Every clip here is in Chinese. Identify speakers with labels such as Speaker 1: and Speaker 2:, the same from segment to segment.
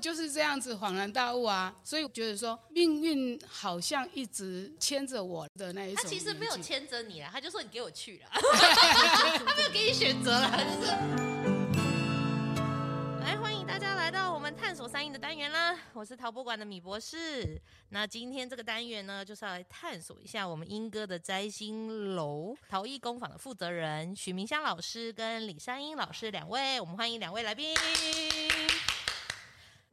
Speaker 1: 就是这样子恍然大悟啊，所以我觉得说命运好像一直牵着我的那一种年
Speaker 2: 他
Speaker 1: 纪。
Speaker 2: 其实没有牵着你啦，他就说你给我去 啦，他没有给你选择啦，就是。来，哎欢迎大家来到我们探索三英的单元啦，我是陶博馆的米博士。那今天这个单元呢，就是要来探索一下我们英歌的摘星楼陶艺工坊的负责人许明香老师跟李珊英老师两位，我们欢迎两位来宾。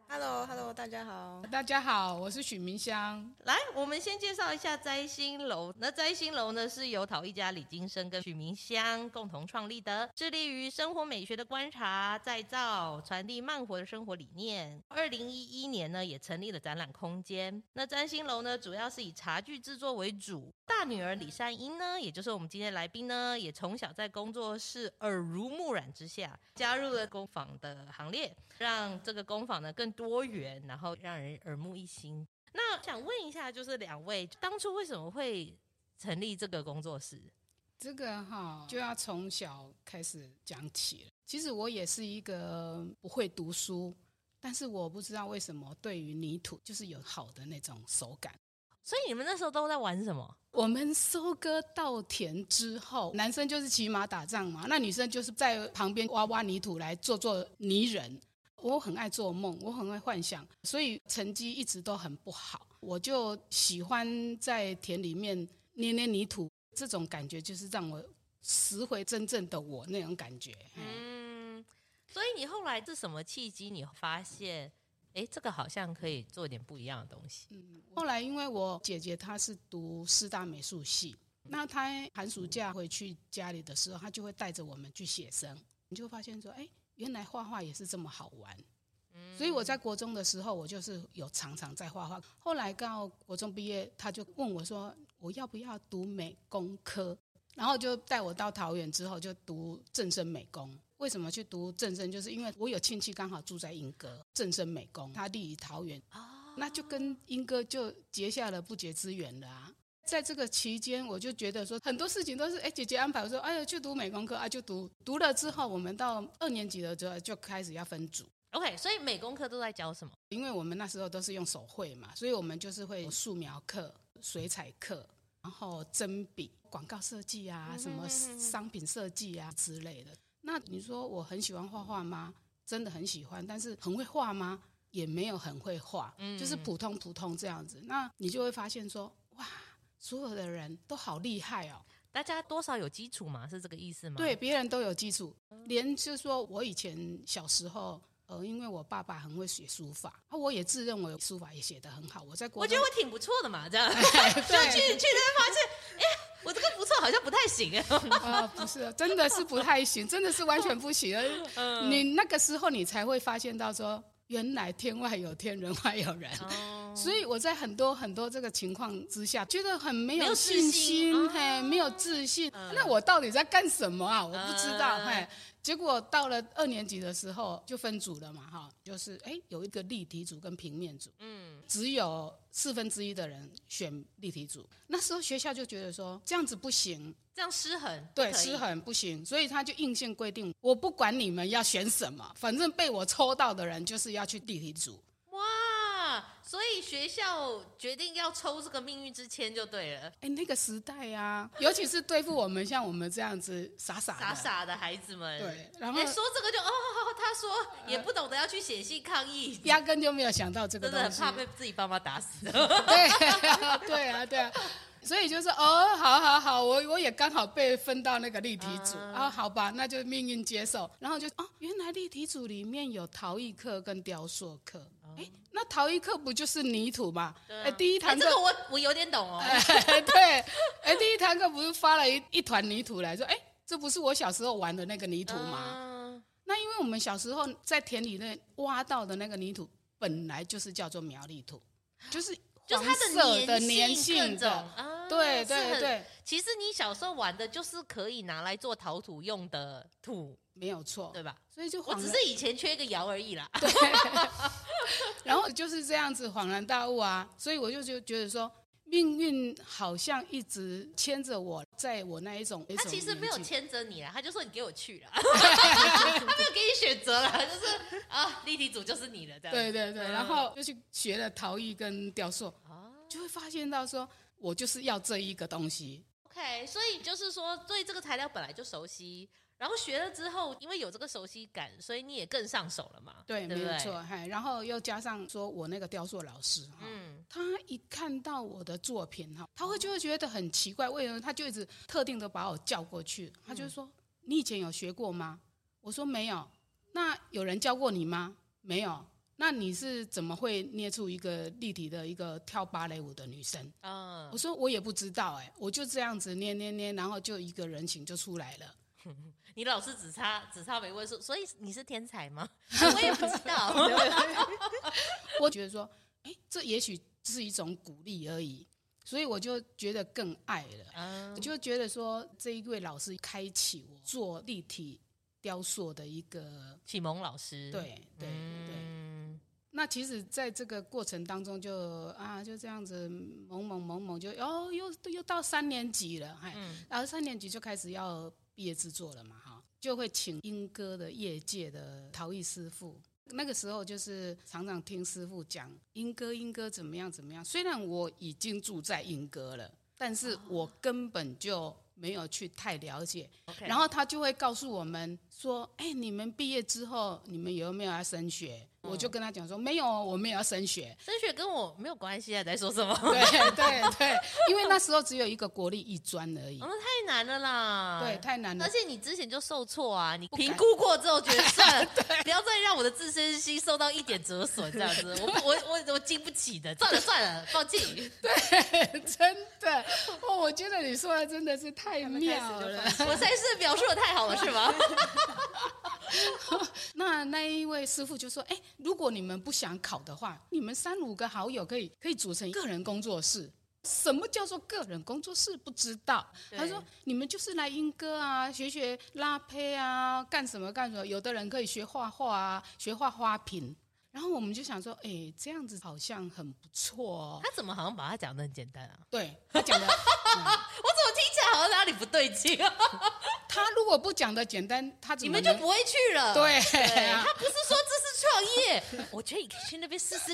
Speaker 3: Hello，Hello，大家好。
Speaker 1: 大家好，我是许明香。
Speaker 2: 来，我们先介绍一下摘星楼。那摘星楼呢，是由陶艺家李金生跟许明香共同创立的，致力于生活美学的观察、再造，传递慢活的生活理念。二零一一年呢，也成立了展览空间。那摘星楼呢，主要是以茶具制作为主。大女儿李善英呢，也就是我们今天的来宾呢，也从小在工作室耳濡目染之下，加入了工坊的行列，让这个工坊呢更多元，然后让人耳目一新。那想问一下，就是两位当初为什么会成立这个工作室？
Speaker 1: 这个哈就要从小开始讲起了。其实我也是一个不会读书，但是我不知道为什么对于泥土就是有好的那种手感。
Speaker 2: 所以你们那时候都在玩什么？
Speaker 1: 我们收割稻田之后，男生就是骑马打仗嘛，那女生就是在旁边挖挖泥土来做做泥人。我很爱做梦，我很爱幻想，所以成绩一直都很不好。我就喜欢在田里面捏捏泥土，这种感觉就是让我拾回真正的我那种感觉。嗯
Speaker 2: 嗯，所以你后来是什么契机？你发现，哎，这个好像可以做点不一样的东西。
Speaker 1: 嗯后来因为我姐姐她是读师大美术系，那她寒暑假回去家里的时候，她就会带着我们去写生，你就发现说，哎，原来画画也是这么好玩。所以我在国中的时候，我就是有常常在画画。后来到国中毕业，她就问我说，我要不要读美工科？然后就带我到桃园之后，就读正生美工。为什么去读正生？就是因为我有亲戚刚好住在英歌，正生美工，他立于桃园，那就跟英哥就结下了不解之缘了啊。在这个期间，我就觉得说很多事情都是哎姐姐安排，我说哎呀去读美工科啊，就读读了之后，我们到二年级的时候就开始要分组，
Speaker 2: OK，所以美工课都在教什么？
Speaker 1: 因为我们那时候都是用手绘嘛，所以我们就是会有素描课、水彩课，然后针笔、广告设计啊、什么商品设计啊之类的。那你说我很喜欢画画吗？真的很喜欢，但是很会画吗？也没有很会画，就是普通普通这样子。那你就会发现说，哇，所有的人都好厉害哦，
Speaker 2: 大家多少有基础嘛？是这个意思吗？
Speaker 1: 对，，别人都有基础，连就是说我以前小时候，呃，因为我爸爸很会写书法，啊我也自认为书法也写得很好。我在国
Speaker 2: 我觉
Speaker 1: 中
Speaker 2: 得我挺不错的嘛，这样 就
Speaker 1: 对
Speaker 2: 去去那边发现，哎，我这个不错，好像不太行 哎。
Speaker 1: 啊，不是，真的是不太行，真的是完全不行。你那个时候你才会发现到说，原来天外有天，人外有人。所以我在很多很多这个情况之下，觉得很没
Speaker 2: 没有
Speaker 1: 有
Speaker 2: 自
Speaker 1: 信
Speaker 2: 信
Speaker 1: 心，
Speaker 2: 哦
Speaker 1: 嘿，没有自信。那我到底在干什么啊？我不知道，
Speaker 2: 嗯
Speaker 1: 嘿。结果到了二年级的时候就分组了嘛，哈，就是哎有一个立体组跟平面组，嗯，只有四分之一的人选立体组。那时候学校就觉得说这样子不行，
Speaker 2: 这样失衡，
Speaker 1: 对，
Speaker 2: 不可以
Speaker 1: 失。衡不行，所以他就硬性规定，我不管你们要选什么，反正被我抽到的人就是要去地理组。
Speaker 2: 哇，所以学校决定要抽这个命运之签就对了。
Speaker 1: 哎，那个时代啊，尤其是对付我们像我们这样子傻傻的，
Speaker 2: 傻傻的孩子们。
Speaker 1: 对，然后呃
Speaker 2: 哎，说这个就哦，他说也不懂得要去写信抗议，
Speaker 1: 压根就没有想到这个
Speaker 2: 真
Speaker 1: 东
Speaker 2: 的很
Speaker 1: 西，
Speaker 2: 怕被自己爸妈 打死。
Speaker 1: 对，对啊，对啊。所以就是哦，好好好，我我也刚好被分到那个立体组啊，好吧，那就命运接受。然后就哦，原来立体组里面有陶艺课跟雕塑课，哎，那陶艺课不就是泥土吗？哎，第一
Speaker 2: 哎，
Speaker 1: 堂
Speaker 2: 这
Speaker 1: 课
Speaker 2: 个我我有点懂哦。
Speaker 1: 哎， 对，哎，第一堂课不是发了一一团泥土来说，哎，这不是我小时候玩的那个泥土吗？
Speaker 2: 嗯
Speaker 1: 那因为我们小时候在田里面挖到的那个泥土，本来就是叫做苗栗土，就是
Speaker 2: 就
Speaker 1: 黄
Speaker 2: 是它
Speaker 1: 色的
Speaker 2: 粘
Speaker 1: 粘
Speaker 2: 性
Speaker 1: 性
Speaker 2: 各种
Speaker 1: 的，
Speaker 2: 啊
Speaker 1: 对
Speaker 2: 是很
Speaker 1: 对对，
Speaker 2: 其实你小时候玩的就是可以拿来做陶土用的土，
Speaker 1: 没有错
Speaker 2: 对。吧？
Speaker 1: 所以就
Speaker 2: 我
Speaker 1: 恍
Speaker 2: 只
Speaker 1: 然，
Speaker 2: 是以前缺一个窑而已啦。
Speaker 1: 然后就是这样子恍然大悟啊，所以我就就觉得说，命运好像一直牵着我，在我那一种一
Speaker 2: 他
Speaker 1: 种
Speaker 2: 其实没有
Speaker 1: 年纪
Speaker 2: 牵着你啦，他就说你给我去 啦， 他没有给你选择啦，就是啊，立体组就是你了这样。
Speaker 1: 对对对，
Speaker 2: 嗯
Speaker 1: 然后就去学了陶艺跟雕塑，
Speaker 2: 啊
Speaker 1: 就会发现到说我就是要这一个东西。
Speaker 2: ，OK，所以就是说对这个材料本来就熟悉，然后学了之后，因为有这个熟悉感，所以你也更上手了嘛。
Speaker 1: 对，没
Speaker 2: 对不
Speaker 1: 有
Speaker 2: 对？
Speaker 1: 错，嗨，然后又加上说我那个雕塑老师哈，
Speaker 2: 嗯，哦
Speaker 1: 他一看到我的作品哈，他会就会觉得很奇怪，为什么他就一直特定的把我叫过去？他
Speaker 2: 嗯
Speaker 1: 就说：“你以前有学过吗？”我说：“没有。”那有人教过你吗？没有。那你是怎么会捏出一个立体的一个跳芭蕾舞的女生？
Speaker 2: 啊
Speaker 1: 我，说我也不知道哎、我就这样子捏捏捏，然后就一个人形就出来了。
Speaker 2: 你老师只差只差没问说，所以你是天才吗？ 我也不知 道。
Speaker 1: 我觉得说，哎、这也许是一种鼓励而已，所以我就觉得更爱了。
Speaker 2: 嗯
Speaker 1: 我就觉得说，这一位老师开启我做立体雕塑的一个，
Speaker 2: 启蒙老师，
Speaker 1: 对对对。
Speaker 2: 嗯
Speaker 1: 那其实，在这个过程当中就，啊，就这样子萌萌萌萌就，哦，又又到三年级了，哎，
Speaker 2: 嗯
Speaker 1: 然后三年级就开始要毕业制作了嘛，哈，就会请英歌的业界的陶艺师傅。那个时候就是常常听师傅讲英歌，英歌怎么样怎么样。虽然我已经住在英歌了，但是我根本就没有去太了解。
Speaker 2: ，OK，
Speaker 1: 然后他就会告诉我们说：“哎，你们毕业之后，你们有没有要升学？”我就跟他讲说：“没有，我们也要升学。”
Speaker 2: 升学跟我没有关系啊，在 说什么？
Speaker 1: 对对对，因为那时候只有一个国立艺专而已
Speaker 2: 我，们哦太难了啦，
Speaker 1: 对，。太难了
Speaker 2: 而。且你之前就受挫啊，你
Speaker 1: 不敢
Speaker 2: 评估过之后觉得算 了，不要再让我的自身心受到一点折损，这样子， 我不我我我经不起的，算了算了，放弃。
Speaker 1: 真的，哦，我觉得你说的真的是太妙了。
Speaker 2: 我才是表述的太好了，是 吗？
Speaker 1: 那那一位师傅就说：“哎，如果你们不想考的话，你们三五个好友可以可以组成个人工作室。什么叫做个人工作室？不知道。
Speaker 2: 对
Speaker 1: 他说你们就是来英歌啊，学学拉胚啊，干什么干什么。有的人可以学画画啊，学画花瓶。然后我们就想说，哎，这样子好像很不错哦。
Speaker 2: 他怎么好像把它讲的很简单啊？
Speaker 1: 对他讲的，
Speaker 2: 我怎么听起来好像哪里不对劲啊？
Speaker 1: 他如果不讲的简单，他怎
Speaker 2: 你
Speaker 1: 么
Speaker 2: 们就
Speaker 1: 能
Speaker 2: 不会去了。
Speaker 1: 对
Speaker 2: 对
Speaker 1: 啊
Speaker 2: 他不是说这是创业，我 觉得你可以去那边试试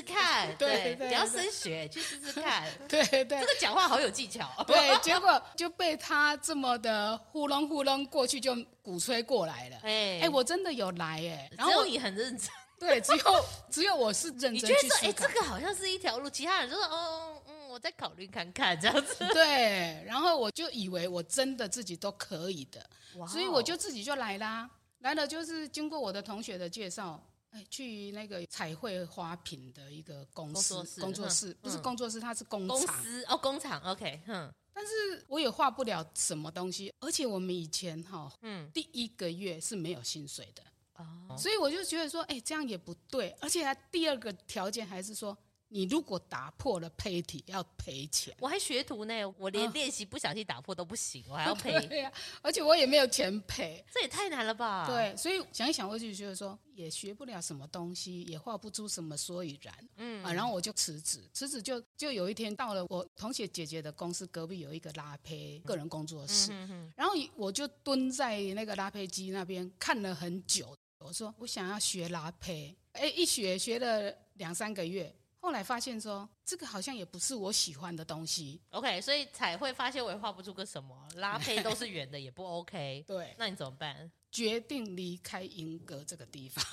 Speaker 2: 看。
Speaker 1: 对对
Speaker 2: 不要
Speaker 1: 对
Speaker 2: 升学，去试试看。
Speaker 1: 对对
Speaker 2: 这个讲话好有技 巧。
Speaker 1: 对，结果就被他这么的呼隆呼隆过去，就鼓吹过来了。
Speaker 2: 哎
Speaker 1: 哎、我真的有来哎、然后
Speaker 2: 只有
Speaker 1: 我
Speaker 2: 你很认真，
Speaker 1: 对，只有只有我是认
Speaker 2: 你
Speaker 1: 真
Speaker 2: 觉得
Speaker 1: 去
Speaker 2: 说，
Speaker 1: 思
Speaker 2: 哎、
Speaker 1: 考
Speaker 2: 这。个好像是一条路，其他人就说，哦，嗯，我再考虑看看这样子。
Speaker 1: 对，然后我就以为我真的自己都可以的，
Speaker 2: 哇哦
Speaker 1: 所以我就自己就来啦。来了就是经过我的同学的介绍，哎，去那个彩绘花瓶的一个公司
Speaker 2: 工作室嗯
Speaker 1: 不是
Speaker 2: 嗯
Speaker 1: 工作室，它是工
Speaker 2: 公
Speaker 1: 厂。
Speaker 2: 司哦，工厂，OK，哼，
Speaker 1: 但是我也画不了什么东西，而且我们以前哈、
Speaker 2: 嗯，
Speaker 1: 第一个月是没有薪水的。
Speaker 2: 哦，
Speaker 1: 所以我就觉得说，哎、这样也不对，而且他第二个条件还是说，你如果打破了胚体要赔钱，
Speaker 2: 我还学徒呢，我连
Speaker 1: 啊
Speaker 2: 练习不小心打破都不行， 我还要赔，
Speaker 1: 对呀、而且我也没有钱赔，
Speaker 2: 这也太难了吧？，
Speaker 1: 对，所以想一想，我就觉得说，也学不了什么东西，也画不出什么所以然，
Speaker 2: 嗯
Speaker 1: 啊，然后我就辞职，辞职就就有一天到了我同学姐姐的公司隔壁有一个拉胚个人工作室，
Speaker 2: 嗯哼，
Speaker 1: 然后我就蹲在那个拉胚机那边看了很久。我说我想要学拉胚，哎，一学学了两三个月，后来发现说这个好像也不是我喜欢的东西。
Speaker 2: OK，所以彩绘发现我也画不出个什么，拉胚都是圆的，也 不 OK，
Speaker 1: 对，
Speaker 2: 那你怎么办？
Speaker 1: 决定离开英格这个地方。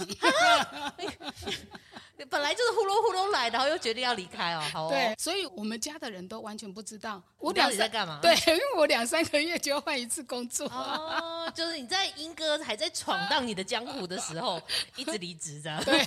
Speaker 2: 你本来就是呼噜呼噜来，然后又决定要离开哦，好哦，
Speaker 1: 对，所以我们家的人都完全不知道我
Speaker 2: 你到
Speaker 1: 两
Speaker 2: 底在
Speaker 1: 三
Speaker 2: 干嘛？
Speaker 1: 对，因为我两三个月就要换一次工作。
Speaker 2: 哦，就是你在英哥还在闯荡你的江湖的 时候，一直离职这样，
Speaker 1: 对，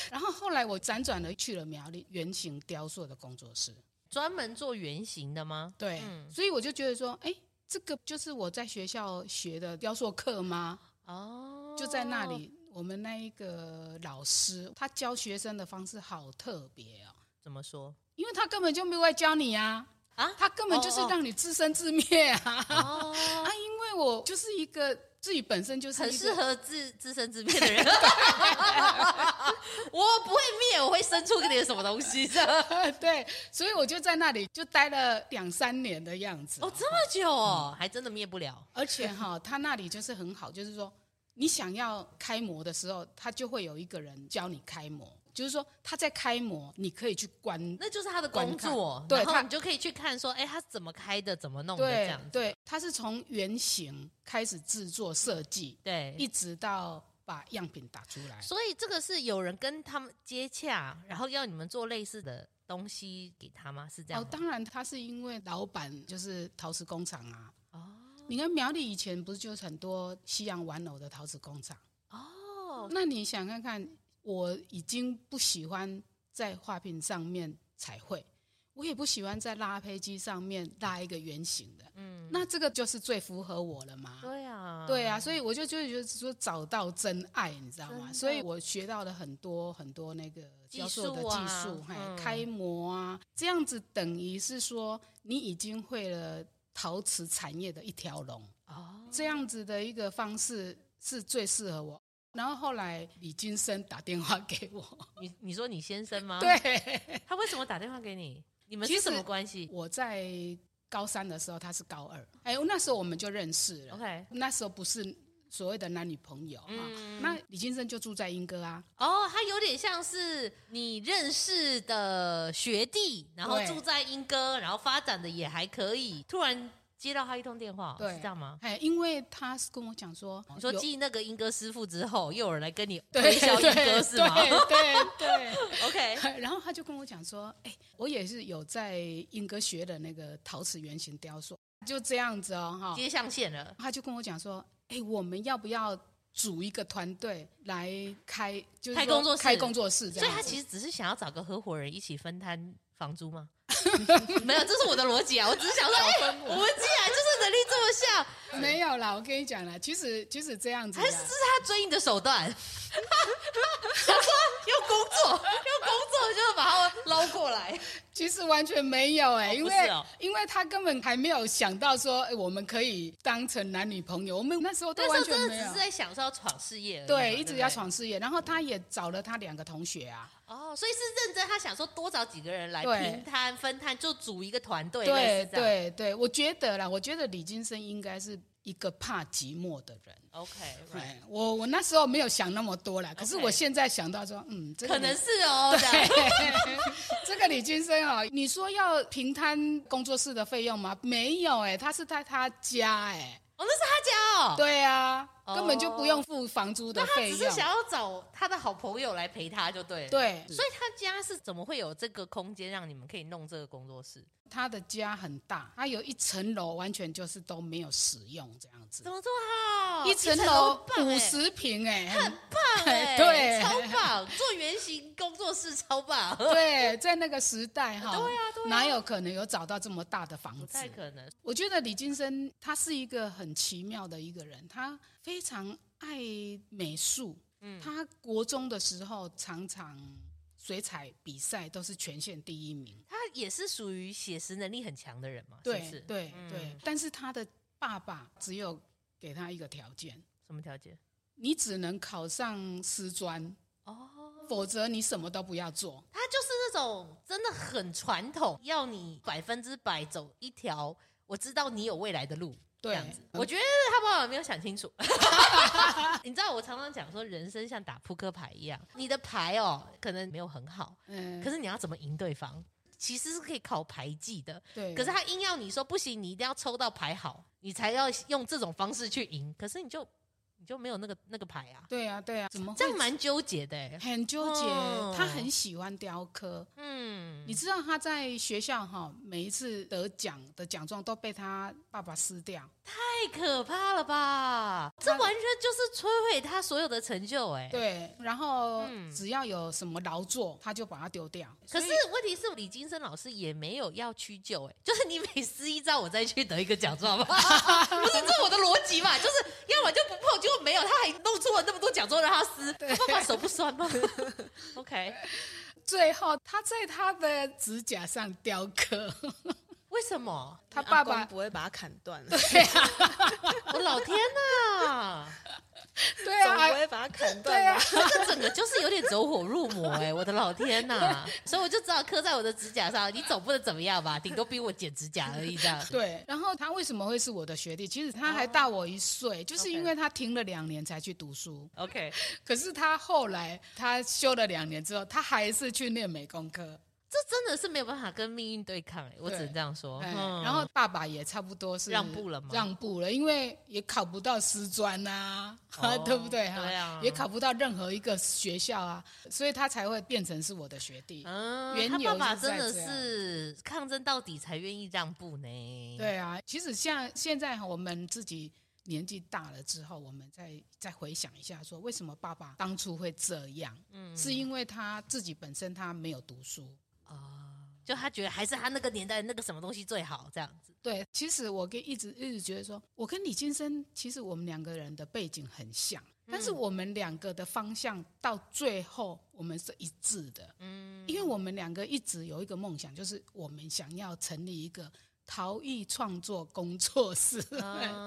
Speaker 1: 然后后来我辗转的去了苗栗圆形雕塑的工作室。
Speaker 2: 专门做圆形的吗？
Speaker 1: 对，
Speaker 2: 嗯
Speaker 1: 所以我就觉得说，哎，这个就是我在学校学的雕塑课吗？
Speaker 2: 哦，
Speaker 1: 就在那，里，我们那一个老师他教学生的方式好特别哦，
Speaker 2: 怎么说？
Speaker 1: 因为他根本就没有在教你啊，
Speaker 2: 啊
Speaker 1: 他根本就是
Speaker 2: 哦哦
Speaker 1: 让你自生自灭啊。
Speaker 2: 哦，
Speaker 1: 啊，因为我就是一个自己本身就是
Speaker 2: 很
Speaker 1: 一个
Speaker 2: 适合自自生自灭的人。我不会灭，我会生出个点什么东西这样。
Speaker 1: 对，所以我就在那里就待了两三年的样子。
Speaker 2: 哦，这么久哦，还真的灭不了。
Speaker 1: 而且 哈、他那里就是很好，就是说你想要开模的时候，他就会有一个人教你开模，就是说他在开模，你可以去关。
Speaker 2: 那就是他的工
Speaker 1: 观
Speaker 2: 作
Speaker 1: 看，对
Speaker 2: 然后
Speaker 1: 他
Speaker 2: 你就可以去看说，哎，他怎么开的，怎么弄的这
Speaker 1: 对
Speaker 2: 样子。
Speaker 1: 对，他是从原型开始制作设计，
Speaker 2: 对，
Speaker 1: 一直到把样品打出来。
Speaker 2: 所以这个是有人跟他们接洽，然后要你们做类似的东西给他吗？是这样
Speaker 1: 哦，
Speaker 2: 吗？
Speaker 1: 当然，他是因为老板就是陶瓷工厂啊。
Speaker 2: 哦
Speaker 1: 你看苗栗以前不是就是很多西洋玩偶的陶瓷工厂？
Speaker 2: 哦，
Speaker 1: 那你想看看，我已经不喜欢在画屏上面彩绘，我也不喜欢在拉胚机上面拉一个圆形的，
Speaker 2: 嗯，
Speaker 1: 那这个就是最符合我了嘛？
Speaker 2: 对啊，
Speaker 1: 对啊，所以我就就觉得说找到真爱，你知道
Speaker 2: 真
Speaker 1: 吗？
Speaker 2: 的
Speaker 1: 所以我学到了很多很多那个教授的技
Speaker 2: 技术
Speaker 1: 术，
Speaker 2: 啊
Speaker 1: 还
Speaker 2: 嗯
Speaker 1: 开模啊，这样子等于是说你已经会了陶瓷产业的一条龙。
Speaker 2: 哦，
Speaker 1: 这样子的一个方式是最适合我。然后后来李金生打电话给我，
Speaker 2: 你你说你先生 吗？，
Speaker 1: 对，
Speaker 2: 他为什么打电话给你？你们
Speaker 1: 其
Speaker 2: 是
Speaker 1: 实
Speaker 2: 什么关系
Speaker 1: 我在高三的时候，他是高二，哎，那时候我们就认识了，
Speaker 2: ？OK，
Speaker 1: 那时候不是所谓的男女朋友啊。
Speaker 2: 嗯，
Speaker 1: 那李金生就住在英哥啊，
Speaker 2: 哦，他有点像是你认识的学弟，然后
Speaker 1: 对
Speaker 2: 住在英歌，然后发展的也还可以，突然接到他一通电话，
Speaker 1: 对
Speaker 2: 是这样吗？
Speaker 1: 哎，因为他是跟我讲说，
Speaker 2: 哦你说
Speaker 1: 有
Speaker 2: 继那个英歌师傅之后，又有人来跟你
Speaker 1: 对
Speaker 2: 推
Speaker 1: 对
Speaker 2: 销英歌是吗
Speaker 1: 对对对
Speaker 2: ？OK，
Speaker 1: 然后他就跟我讲说：“哎、我也是有在英歌学的那个陶瓷圆形雕塑，就这样子哦，哈。
Speaker 2: 接上线了。
Speaker 1: 他就跟我讲说：“哎、我们要不要组一个团队来开，就是
Speaker 2: 开
Speaker 1: 说
Speaker 2: 工作室
Speaker 1: 开工作室这
Speaker 2: 所以
Speaker 1: 样
Speaker 2: 他
Speaker 1: 子？”
Speaker 2: 其实只是想要找个合伙人一起分摊房租 吗？没有，这是我的逻辑啊！我只是想说，哎、我们既然就是能力这么像，
Speaker 1: 没有啦，我跟你讲啦，其实其实这样子
Speaker 2: 还是这
Speaker 1: 啦，
Speaker 2: 是他追你的手段。 他说用工作，用工作就把他捞过 来。
Speaker 1: 其实完全没有哎、
Speaker 2: 哦
Speaker 1: 因
Speaker 2: 不
Speaker 1: 为、
Speaker 2: 是哦
Speaker 1: 因为他根本还没有想到说、哎，我们可以当成男女朋友，我们那时候都
Speaker 2: 那时
Speaker 1: 完
Speaker 2: 候
Speaker 1: 全
Speaker 2: 真的
Speaker 1: 没
Speaker 2: 只
Speaker 1: 有
Speaker 2: 是。在想是要闯事业而已嘛，
Speaker 1: 对，一
Speaker 2: 不嗯
Speaker 1: 直要闯事业，然后他也找了他两个同学啊，
Speaker 2: 哦，所以是认真，他想说多找几个人来
Speaker 1: 对
Speaker 2: 平摊分摊，就组一个团队，类
Speaker 1: 对
Speaker 2: 似这样
Speaker 1: 对对，我觉得啦，我觉得李金生应该是一个怕寂寞的人。
Speaker 2: ，OK，
Speaker 1: 哎，我我那时候没有想那么多啦，可是
Speaker 2: OK
Speaker 1: 我现在想到说，嗯，这个
Speaker 2: 可
Speaker 1: 李
Speaker 2: 能是哦，这样
Speaker 1: 这个李金生哦，你说要平摊工作室的费用吗？没有哎、他是在他家哎、
Speaker 2: 哦，那是他家哦，
Speaker 1: 对啊，
Speaker 2: 哦
Speaker 1: 根本就不用付房租的
Speaker 2: 那他
Speaker 1: 费
Speaker 2: 只是
Speaker 1: 用。
Speaker 2: 想要找他的好朋友来陪他就对了，，
Speaker 1: 对，
Speaker 2: 所以他家是怎么会有这个空间让你们可以弄这个工作室？
Speaker 1: 他的家很大，他有一层楼完全就是都没有使用这样子
Speaker 2: 怎，么这么好？
Speaker 1: 一层楼
Speaker 2: 很棒哎
Speaker 1: 五十平 哎，很
Speaker 2: 棒哎
Speaker 1: 对
Speaker 2: 超棒，做原型工作室超棒，
Speaker 1: 对，在那个时代哈，
Speaker 2: 对啊对啊
Speaker 1: 哪有可能有找到这么大的房
Speaker 2: 不
Speaker 1: 子？
Speaker 2: 太可能，
Speaker 1: 我觉得李金生他是一个很奇妙的一个人，他非常爱美术。
Speaker 2: 嗯
Speaker 1: 他国中的时候常常水彩比赛都是全县第一名。
Speaker 2: 他也是属于写实能力很强的人嘛，是
Speaker 1: 对
Speaker 2: 不是？
Speaker 1: 对
Speaker 2: 嗯
Speaker 1: 对，但是他的爸爸只有给他一个条件：
Speaker 2: 什么条件？
Speaker 1: 你只能考上师专，
Speaker 2: 哦，
Speaker 1: 否则你什么都不要做。
Speaker 2: 他就是那种真的很传统，要你百分之百走一条我知道你有未来的路。这
Speaker 1: 对嗯
Speaker 2: 样子，我觉得他爸爸没有想 清楚。 你知道，我常常讲说，人生像打扑克牌一样，你的牌哦可能没有很好，
Speaker 1: 嗯，
Speaker 2: 可
Speaker 1: 是
Speaker 2: 是你要怎么赢对方，其实是可以靠牌技的。
Speaker 1: 对，
Speaker 2: 可是他硬要你说不行，你一定要抽到牌好，你才要用这种方式去赢。可是你就你就没有那个那个牌啊，
Speaker 1: 对啊对啊，怎么会
Speaker 2: 这样蛮纠结的、欸。
Speaker 1: 很纠结
Speaker 2: 哦？
Speaker 1: 他很喜欢雕刻，
Speaker 2: 嗯，
Speaker 1: 你知道他在学校哈、每一次得奖的奖状都被他爸爸撕掉。
Speaker 2: 太可怕了吧！这
Speaker 1: 他
Speaker 2: 完全就是摧毁他所有的成就、欸。哎，
Speaker 1: 对，然后
Speaker 2: 嗯
Speaker 1: 只要有什么劳作，他就把它丢掉。
Speaker 2: 可是
Speaker 1: 所以
Speaker 2: 问题是，李金生老师也没有要屈就、哎，就是你每撕一张，我再去得一个 奖状吧，不是这我的逻辑嘛？就是要么就不碰，结果没有，他还弄出了那么多奖状让他撕，他爸爸手不酸吗 ？OK，
Speaker 1: 最后他在他的指甲上雕刻，
Speaker 2: 为为什么？
Speaker 1: 他爸
Speaker 3: 阿
Speaker 1: 爸
Speaker 3: 公不会把它砍断，
Speaker 2: 我老天呐！
Speaker 1: 对
Speaker 3: 总不
Speaker 1: 啊，
Speaker 3: 会把它砍
Speaker 1: 对
Speaker 3: 断
Speaker 1: 啊
Speaker 3: 吧？，
Speaker 2: 这整个就是有点走火入魔哎、我的老天 呐！所以我就只好刻在我的指甲上，你总不能怎么样吧？顶多逼我剪指甲而已这 样。
Speaker 1: 对。然后他为什么会是我的学弟？其实他还大我一岁，就是
Speaker 2: 哦 OK
Speaker 1: 因为他停了两年才去读书。
Speaker 2: OK，
Speaker 1: 可是他后来他休了两年之后，他还是去念美工科。
Speaker 2: 这真的是没有办法跟命运对抗哎、我只能这样说。
Speaker 1: 哎
Speaker 2: 嗯
Speaker 1: 然后爸爸也差不多是
Speaker 2: 让步了吗
Speaker 1: 让步了，因为也考不到师专呐、啊，
Speaker 2: 哦
Speaker 1: 对不对
Speaker 2: 对啊
Speaker 1: 也考不到任何一个学校啊，所以他才会变成是我的学弟。
Speaker 2: 嗯，
Speaker 1: 缘
Speaker 2: 他
Speaker 1: 由
Speaker 2: 爸爸
Speaker 1: 是在
Speaker 2: 真的
Speaker 1: 这样
Speaker 2: 是抗争到底才愿意让步呢。，
Speaker 1: 对啊，其实像现在我们自己年纪大了之后，我们再再回想一下，说为什么爸爸当初会这样？嗯，是因为他自己本身他没有读书。
Speaker 2: 就他觉得还是他那个年代那个什么东西最好这样子。
Speaker 1: 对，其实我跟一直一直觉得说，我跟李金生，其实我们两个人的背景很像，但
Speaker 2: 嗯
Speaker 1: 是我们两个的方向到最后我们是一致的，嗯，因为我们两个一直有一个梦想，就是我们想要成立一个陶艺创作工作室，
Speaker 2: 啊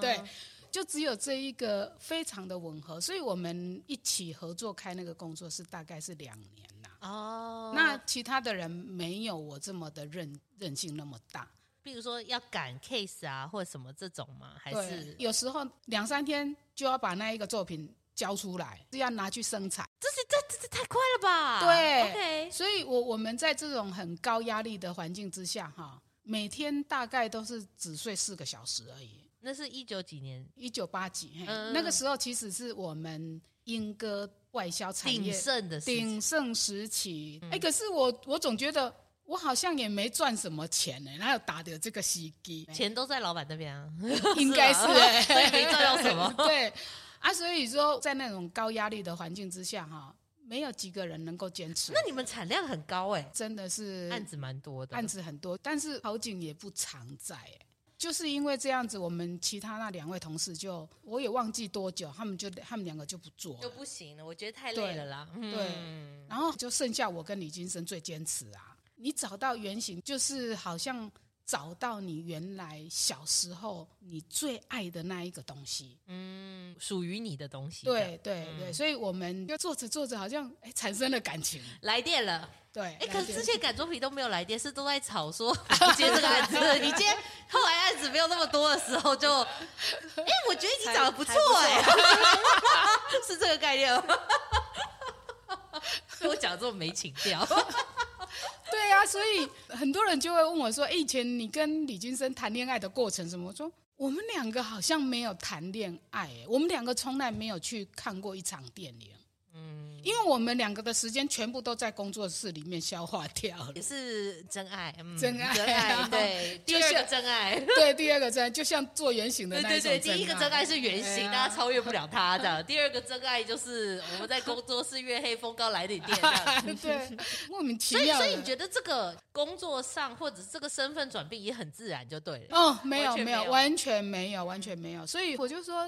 Speaker 1: 对。就只有这一个非常的吻合，所以我们一起合作开那个工作室，大概是两年啦。
Speaker 2: 哦，
Speaker 1: 那其他的人没有我这么的任任性那么大，
Speaker 2: 比如说要赶 case 啊，或者什么这种吗？还
Speaker 1: 对，
Speaker 2: 是
Speaker 1: 有时候两三天就要把那一个作品交出来，是要拿去生产。
Speaker 2: 这是这这这太快了吧？
Speaker 1: 对
Speaker 2: ，OK，
Speaker 1: 所以我，我们在这种很高压力的环境之下，哈，每天大概都是只睡四个小时而已。
Speaker 2: 那是一九几年
Speaker 1: 一九八几，嘿
Speaker 2: 嗯
Speaker 1: 那个时候其实是我们英歌外销产
Speaker 2: 鼎
Speaker 1: 业
Speaker 2: 盛的时期嗯
Speaker 1: 鼎盛时期。哎、可是我我总觉得我好像也没赚什么钱呢、哪有打的这个时机？
Speaker 2: 钱都在老板那边啊，
Speaker 1: 应该是、
Speaker 2: 吧
Speaker 1: 欸，。
Speaker 2: 所以没赚到什么
Speaker 1: 对啊，所以说在那种高压力的环境之下，哈，没有几个人能够坚持。
Speaker 2: 那你们产量很高哎、
Speaker 1: 真的是
Speaker 2: 案子蛮多的，
Speaker 1: 案子很多，但是好景也不常在、欸。就是因为这样子，我们其他那两位同事就我也忘记多久，他们就他们两个就不做
Speaker 2: 就
Speaker 1: 了，
Speaker 2: 不行了，我觉得太累
Speaker 1: 对
Speaker 2: 了啦。
Speaker 1: 对
Speaker 2: 嗯
Speaker 1: 然后就剩下我跟李金生最坚持啊。你找到原型，就是好像找到你原来小时候你最爱的那一个东西。
Speaker 2: 嗯，属于你的东西。这样，嗯
Speaker 1: 对对对，所以我们就做着做着，好像哎产生了感情。
Speaker 2: 来电了。
Speaker 1: 对，来
Speaker 2: 哎、可是
Speaker 1: 电
Speaker 2: 之前赶作品都没有来电，是都在 吵说不接这个案子。你接后来案子没有那么多的时 候就，哎、我觉得你长得不错哎、 是这个概念吗？ 所以我讲得这么没情 调，
Speaker 1: 对啊，所以很多人就会问我说：“哎，以前你跟李金生谈恋爱的过程什么？”我说我们两个好像没有谈恋爱、哎我们两个从来没有去看过一场电影。嗯，因为我们两个的时间全部都在工作室里面消化掉了
Speaker 2: 也。是真爱，嗯、
Speaker 1: 真爱啊
Speaker 2: 真爱，对，第
Speaker 1: 就
Speaker 2: 二
Speaker 1: 像
Speaker 2: 个真爱。
Speaker 1: 对，第二个真的就像做原型的
Speaker 2: 对
Speaker 1: 那
Speaker 2: 对
Speaker 1: 一种
Speaker 2: 对，第一个真爱是原
Speaker 1: 哎
Speaker 2: 型，
Speaker 1: 呀
Speaker 2: 大家超越不了他这样。第二个真爱就是我们在工作室月黑风高来点电这 样。
Speaker 1: 对，莫名其
Speaker 2: 所以，
Speaker 1: 妙的。
Speaker 2: 所以你觉得这个工作上或者是这个身份转变也很自然，就对了。
Speaker 1: 哦，没
Speaker 2: 完
Speaker 1: 有没
Speaker 2: 全没
Speaker 1: 有，
Speaker 2: 有
Speaker 1: 完全没有，完全没有。所以我就说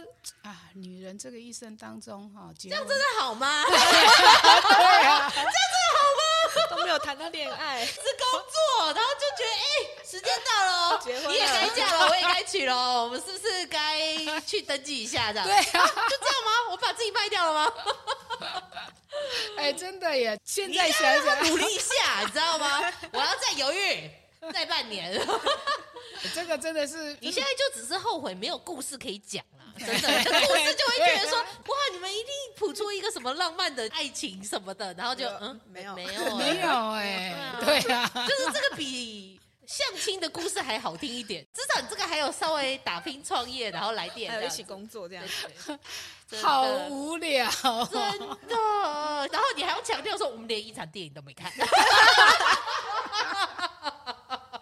Speaker 1: 啊，女人这个一生当中哈，这样真的
Speaker 2: 那好吗？
Speaker 1: 对啊，
Speaker 3: 都没有谈到恋爱，
Speaker 2: 是工作，然后就觉得，哎、时间到了哦，
Speaker 3: 结婚了
Speaker 2: 你也该嫁了，我也该娶了哦，我们是不是该去登记一下？这样，对，
Speaker 1: 对啊，
Speaker 2: 就这样吗？我把自己卖掉了吗？
Speaker 1: 哎，真的耶！现在想想，
Speaker 2: 努力一下，你知啊道吗？我要再犹豫。再半年，
Speaker 1: 这个真的是
Speaker 2: 你现在就只是后悔没有故事可以讲啦，真的，这故事就会觉得说，哇，你们一定谱出一个什么浪漫的爱情什么的，然后就
Speaker 3: 没有
Speaker 2: 嗯，
Speaker 3: 没有
Speaker 2: 没有，
Speaker 1: 没有哎，对啊，
Speaker 2: 就是这个比相亲的故事还好听一点，至少你这个还有稍微打拼创业，然后来电，
Speaker 3: 还有一起
Speaker 2: 工，
Speaker 3: 工作这样
Speaker 2: 对。对真的
Speaker 1: 好无聊。
Speaker 2: 真的，然后你还要强调说我们连一场电影都没看，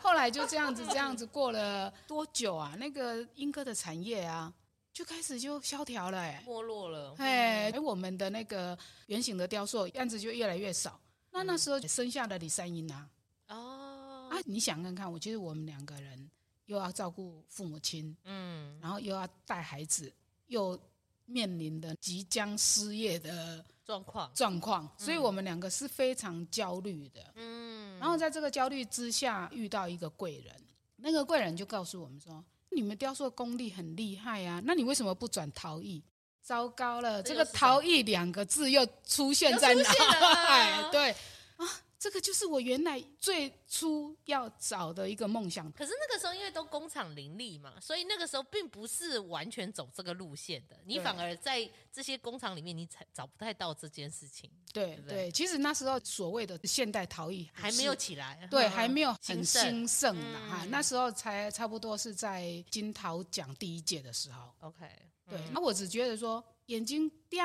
Speaker 1: 后来就这样子，这样子过了多久啊？那个英歌的产业啊，就开始就萧条了哎。
Speaker 2: 没落了，
Speaker 1: 哎，我们的那个圆形的雕塑样子就越来越少。那那时候生下了李三英啊，
Speaker 2: 哦
Speaker 1: 啊，，你想看看，我觉得我们两个人又要照顾父母亲，
Speaker 2: 嗯，
Speaker 1: 然后又要带孩子，又面临的即将失业的
Speaker 2: 状况，
Speaker 1: 状况，所以我们两个是非常焦虑的。
Speaker 2: 嗯，
Speaker 1: 然后在这个焦虑之下，遇到一个贵人，那个贵人就告诉我们说，你们雕塑功力很厉害啊，那你为什么不转陶艺？糟糕了，
Speaker 2: 这
Speaker 1: 这
Speaker 2: 又
Speaker 1: 个
Speaker 2: 是什么
Speaker 1: 陶艺两个字又出现在
Speaker 2: 又
Speaker 1: 脑
Speaker 2: 出现了
Speaker 1: 海， 对啊，这个就是我原来最初要找的一个梦想。
Speaker 2: 可是那个时候因为都工厂林立嘛，所以那个时候并不是完全走这个路线的，你
Speaker 1: 对
Speaker 2: 反而在这些工厂里面，你才找不太到这件事情，
Speaker 1: 对
Speaker 2: 对不对
Speaker 1: 对，其实那时候所谓的现代陶艺
Speaker 2: 还没有起来，
Speaker 1: 对，
Speaker 2: 嗯
Speaker 1: 还没有很
Speaker 2: 兴盛。
Speaker 1: 兴盛啦哈、
Speaker 2: 嗯
Speaker 1: 那时候才差不多是在金桃奖第一届的时候。
Speaker 2: OK，
Speaker 1: 对，
Speaker 2: 嗯
Speaker 1: 那、我只觉得说眼睛叮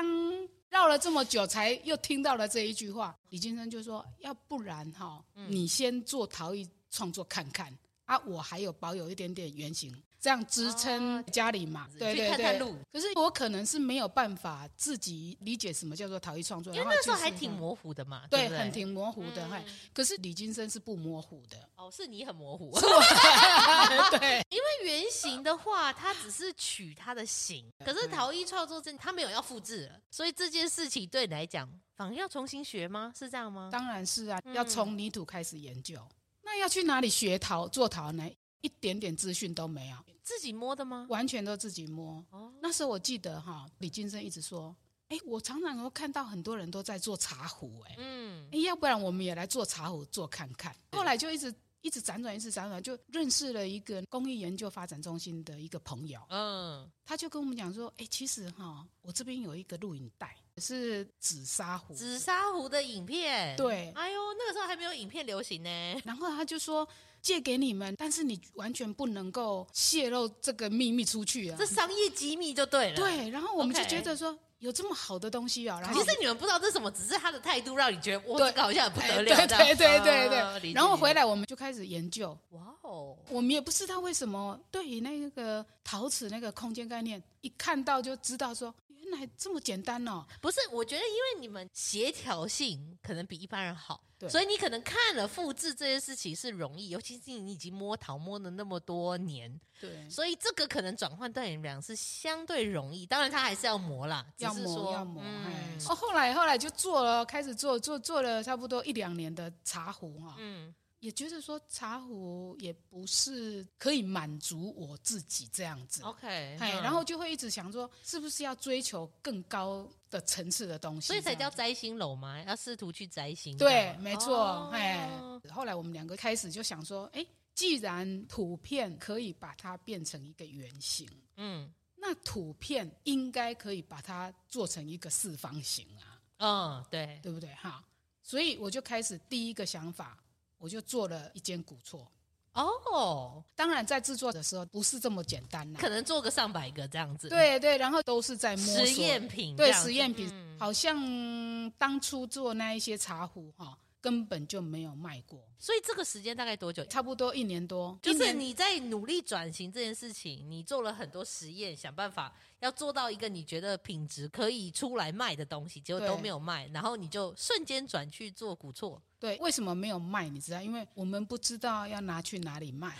Speaker 1: 绕了这么久，才又听到了这一句话。李金生就说：“要不然哈、
Speaker 2: 嗯
Speaker 1: 你先做陶艺创作看看啊，我还有保有一点点原型，这样支
Speaker 2: 哦
Speaker 1: 撑家里嘛。对
Speaker 2: 去
Speaker 1: 对
Speaker 2: 探探
Speaker 1: 对。
Speaker 2: 路，
Speaker 1: 可是我可能是没有办法自己理解什么叫做陶艺创作，
Speaker 2: 因为
Speaker 1: 然后
Speaker 2: 那时候
Speaker 1: 去
Speaker 2: 还
Speaker 1: 试
Speaker 2: 挺
Speaker 1: 看
Speaker 2: 模糊的嘛，
Speaker 1: 对，
Speaker 2: 不
Speaker 1: 很挺模糊的。嗨、
Speaker 2: 嗯
Speaker 1: 可是李金生是不模糊的。
Speaker 2: 哦，是你很模糊。
Speaker 1: 对
Speaker 2: 因为圆形的话，它只是取它的形，可是陶艺创作证它没有要复制了，所以这件事情对你来讲，反而要重新学吗？是这样吗？
Speaker 1: 当然是啊，
Speaker 2: 嗯
Speaker 1: 要从泥土开始研究。那要去哪里学陶做陶呢？一点点资讯都没有，
Speaker 2: 自己摸的吗？
Speaker 1: 完全都自己摸。
Speaker 2: 哦，
Speaker 1: 那时候我记得哈，李金生一直说：“哎、我常常都看到很多人都在做茶壶、诶
Speaker 2: 嗯
Speaker 1: 哎、，要不然我们也来做茶壶做看看。”后来就一直一直辗转，一直辗转，就认识了一个工艺研究发展中心的一个朋友。
Speaker 2: 嗯，
Speaker 1: 他就跟我们讲说，哎、其实哈，我这边有一个录影带，是紫砂壶，
Speaker 2: 紫砂壶的影片，
Speaker 1: 对
Speaker 2: 哎呦，那个时候还没有影片流行呢。
Speaker 1: 然后他就说借给你们，但是你完全不能够泄露这个秘密出去啊
Speaker 2: 这。商业机密就对了。，
Speaker 1: 对，然后我们就
Speaker 2: OK
Speaker 1: 觉得说有这么好的东西啊，然
Speaker 2: 其
Speaker 1: 后
Speaker 2: 实你们不知道这是什么，只是他的态度让你觉得哇，
Speaker 1: 对
Speaker 2: 这个好像很不
Speaker 1: 对
Speaker 2: 得了。
Speaker 1: 对
Speaker 2: 这样
Speaker 1: 哎对对对
Speaker 2: 啊理
Speaker 1: 对，
Speaker 2: 解
Speaker 1: 然后回
Speaker 2: 理解
Speaker 1: 来我们就开始研究，
Speaker 2: 哇哦，
Speaker 1: 我们也不知道为什么对于那个陶瓷那个空间概念，一看到就知道说原来这么简单哦。
Speaker 2: 不是，我觉得因为你们协调性可能比一般人好，
Speaker 1: 对
Speaker 2: 所以你可能看了复制这件事情是容易，尤其是你已经摸陶摸了那么多年，
Speaker 1: 对，
Speaker 2: 所以这个可能转换对你们俩是相对容易。当然，他还是要磨啦，只
Speaker 1: 要
Speaker 2: 是说
Speaker 1: 磨要磨。哎
Speaker 2: 嗯，
Speaker 1: 哦，后来后来就做了，开始做做做了差不多一两年的茶壶哦哈、
Speaker 2: 嗯
Speaker 1: 也觉得说茶壶也不是可以满足我自己这样子，
Speaker 2: ，OK，
Speaker 1: 哎、
Speaker 2: 嗯
Speaker 1: 然后就会一直想说，是不是要追求更高的层次的东西，
Speaker 2: 所以才
Speaker 1: 这
Speaker 2: 叫
Speaker 1: 样子
Speaker 2: 摘星楼嘛，要试图去摘星。
Speaker 1: 对，没错
Speaker 2: 哦，
Speaker 1: 哎、后来我们两个开始就想说，哎、既然图片可以把它变成一个圆形，
Speaker 2: 嗯
Speaker 1: 那图片应该可以把它做成一个四方形啊，
Speaker 2: 嗯，对，
Speaker 1: 对不对哈？所以我就开始第一个想法，我就做了一间古厝。
Speaker 2: 哦，
Speaker 1: 当然，在制作的时候不是这么简单啦、
Speaker 2: 可能做个上百个这样子。，
Speaker 1: 对对，然后都是在摸索
Speaker 2: 实验品这
Speaker 1: 对
Speaker 2: 样子，
Speaker 1: 实验品，
Speaker 2: 嗯
Speaker 1: 好像当初做那一些茶壶哈、根本就没有卖过，
Speaker 2: 所以这个时间大概多久？
Speaker 1: 差不多一年多，
Speaker 2: 就
Speaker 1: 一
Speaker 2: 是
Speaker 1: 年
Speaker 2: 你在努力转型这件事情，你做了很多实验，想办法要做到一个你觉得品质可以出来卖的东西，结果
Speaker 1: 对
Speaker 2: 都没有卖，然后你就瞬间转去做古错，
Speaker 1: 对为什么没有卖？你知道，因为我们不知道要拿去哪里卖。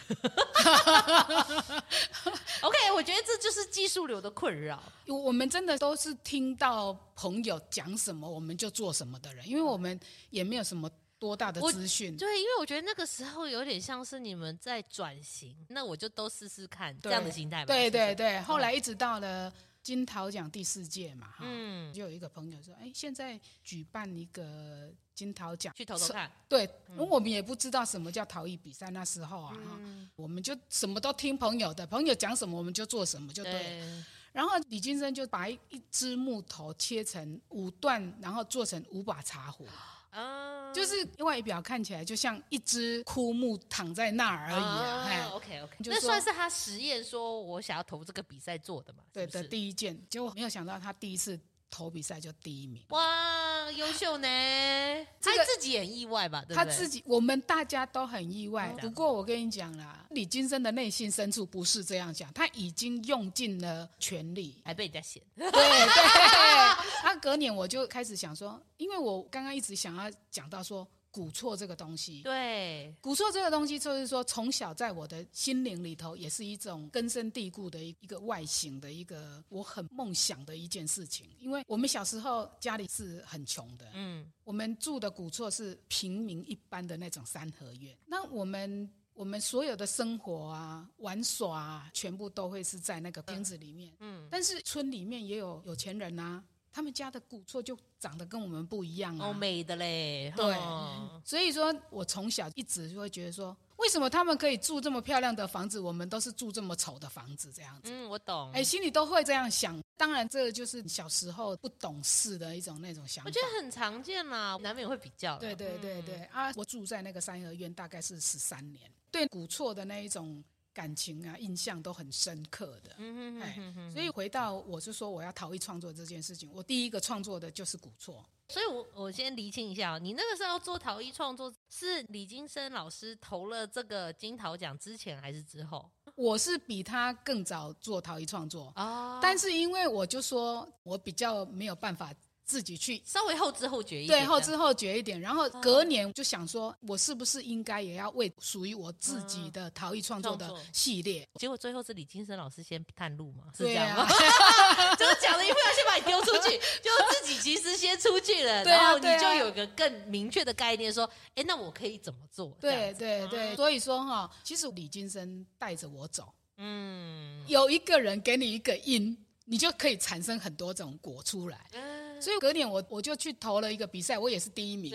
Speaker 2: OK，我觉得这就是技术流的困扰。
Speaker 1: 我我们真的都是听到朋友讲什么，我们就做什么的人，因为我们也没有什么多大的
Speaker 2: 我
Speaker 1: 资讯。
Speaker 2: 对，因为我觉得那个时候有点像是你们在转型，那我就都试试看这
Speaker 1: 对
Speaker 2: 样的心态吧。
Speaker 1: 对
Speaker 2: 是不是
Speaker 1: 对，对，后来一直到了金桃奖第四届嘛，哈、
Speaker 2: 嗯，
Speaker 1: 就有一个朋友说，哎，现在举办一个金桃奖，
Speaker 2: 去投投看。
Speaker 1: 对，因为我们也不知道什么叫陶艺比赛，那时候啊，哈
Speaker 2: 嗯
Speaker 1: 我们就什么都听朋友的，朋友讲什么我们就做什么就对了。
Speaker 2: 对，
Speaker 1: 然后李金生就把一一只木头切成五段，然后做成五把茶壶，
Speaker 2: 啊，
Speaker 1: 就是外表看起来就像一只枯木躺在那儿而已啊，哎、
Speaker 2: OK OK，
Speaker 1: 就
Speaker 2: 哦那
Speaker 1: 说
Speaker 2: 算是他实验，说我想要投这个比赛做的嘛？
Speaker 1: 对
Speaker 2: 是不
Speaker 1: 的
Speaker 2: 是
Speaker 1: 第一件，结果没有想到他第一次投比赛就第一名。
Speaker 2: 哇，优秀呢！
Speaker 1: 这
Speaker 2: 他
Speaker 1: 个
Speaker 2: 自己也很意外吧？对不对
Speaker 1: 他自己，我们大家都很意外
Speaker 2: 哦。。
Speaker 1: 不过我跟你讲啦，李金生的内心深处不是这样想，他已经用尽了全力
Speaker 2: 还被人家嫌，
Speaker 1: 对对，他隔年我就开始想说，因为我刚刚一直想要讲到说古错这个东西。
Speaker 2: 对，
Speaker 1: 古错这个东西，就是说从小在我的心灵里头，也是一种根深蒂固的一一个外形的一个我很梦想的一件事情。因为我们小时候家里是很穷的，
Speaker 2: 嗯，
Speaker 1: 我们住的古厝是平民一般的那种三合院，那我们我们所有的生活啊、玩耍啊，全部都会是在那个亭子里面。
Speaker 2: 嗯，
Speaker 1: 但是村里面也有有钱人啊，他们家的古厝就长得跟我们不一样啊。
Speaker 2: 欧美的嘞，
Speaker 1: 对
Speaker 2: 哦
Speaker 1: 所以说我从小一直就会觉得说，为什么他们可以住这么漂亮的房子，我们都是住这么丑的房子这样子？
Speaker 2: 嗯，我懂。
Speaker 1: 哎、心里都会这样想。当然，这就是小时候不懂事的一种那种想法。
Speaker 2: 我觉得很常见啦，难免会比较啦。
Speaker 1: 对对对
Speaker 2: 嗯
Speaker 1: 对、啊！我住在那个三合院，大概是十三年，对古厝的那一种感情啊、印象都很深刻的。
Speaker 2: 嗯哼
Speaker 1: 哎
Speaker 2: 哼哼，
Speaker 1: 所以回到我是说我要逃逸创作这件事情，我第一个创作的就是古厝。
Speaker 2: 所以我我先厘清一下哦，你那个时候做陶艺创作是李金生老师投了这个金陶奖之前还是之后？
Speaker 1: 我是比他更早做陶艺创作，
Speaker 2: 哦
Speaker 1: 但是因为我就说我比较没有办法自己去
Speaker 2: 稍微后知后觉一点，
Speaker 1: 对后知后觉一点，然后
Speaker 2: 哦
Speaker 1: 隔年就想说，我是不是应该也要为属于我自己的陶艺创作的
Speaker 2: 嗯创作
Speaker 1: 系列？
Speaker 2: 结果最后是李金生老师先探路嘛，是这
Speaker 1: 对
Speaker 2: 样
Speaker 1: 啊
Speaker 2: 吗？ 就是讲了一副要先把你丢出去，就自己其实先出去了，
Speaker 1: 对啊
Speaker 2: 然后你
Speaker 1: 对啊
Speaker 2: 就有个更明确的概念，说，哎，那我可以怎么做？这
Speaker 1: 对
Speaker 2: 样子，
Speaker 1: 对
Speaker 2: 啊
Speaker 1: 对，所以说哈，其实李金生带着我走，
Speaker 2: 嗯，
Speaker 1: 有一个人给你一个因，你就可以产生很多种果出来。所以隔年我我就去投了一个比赛，我也是第一 名。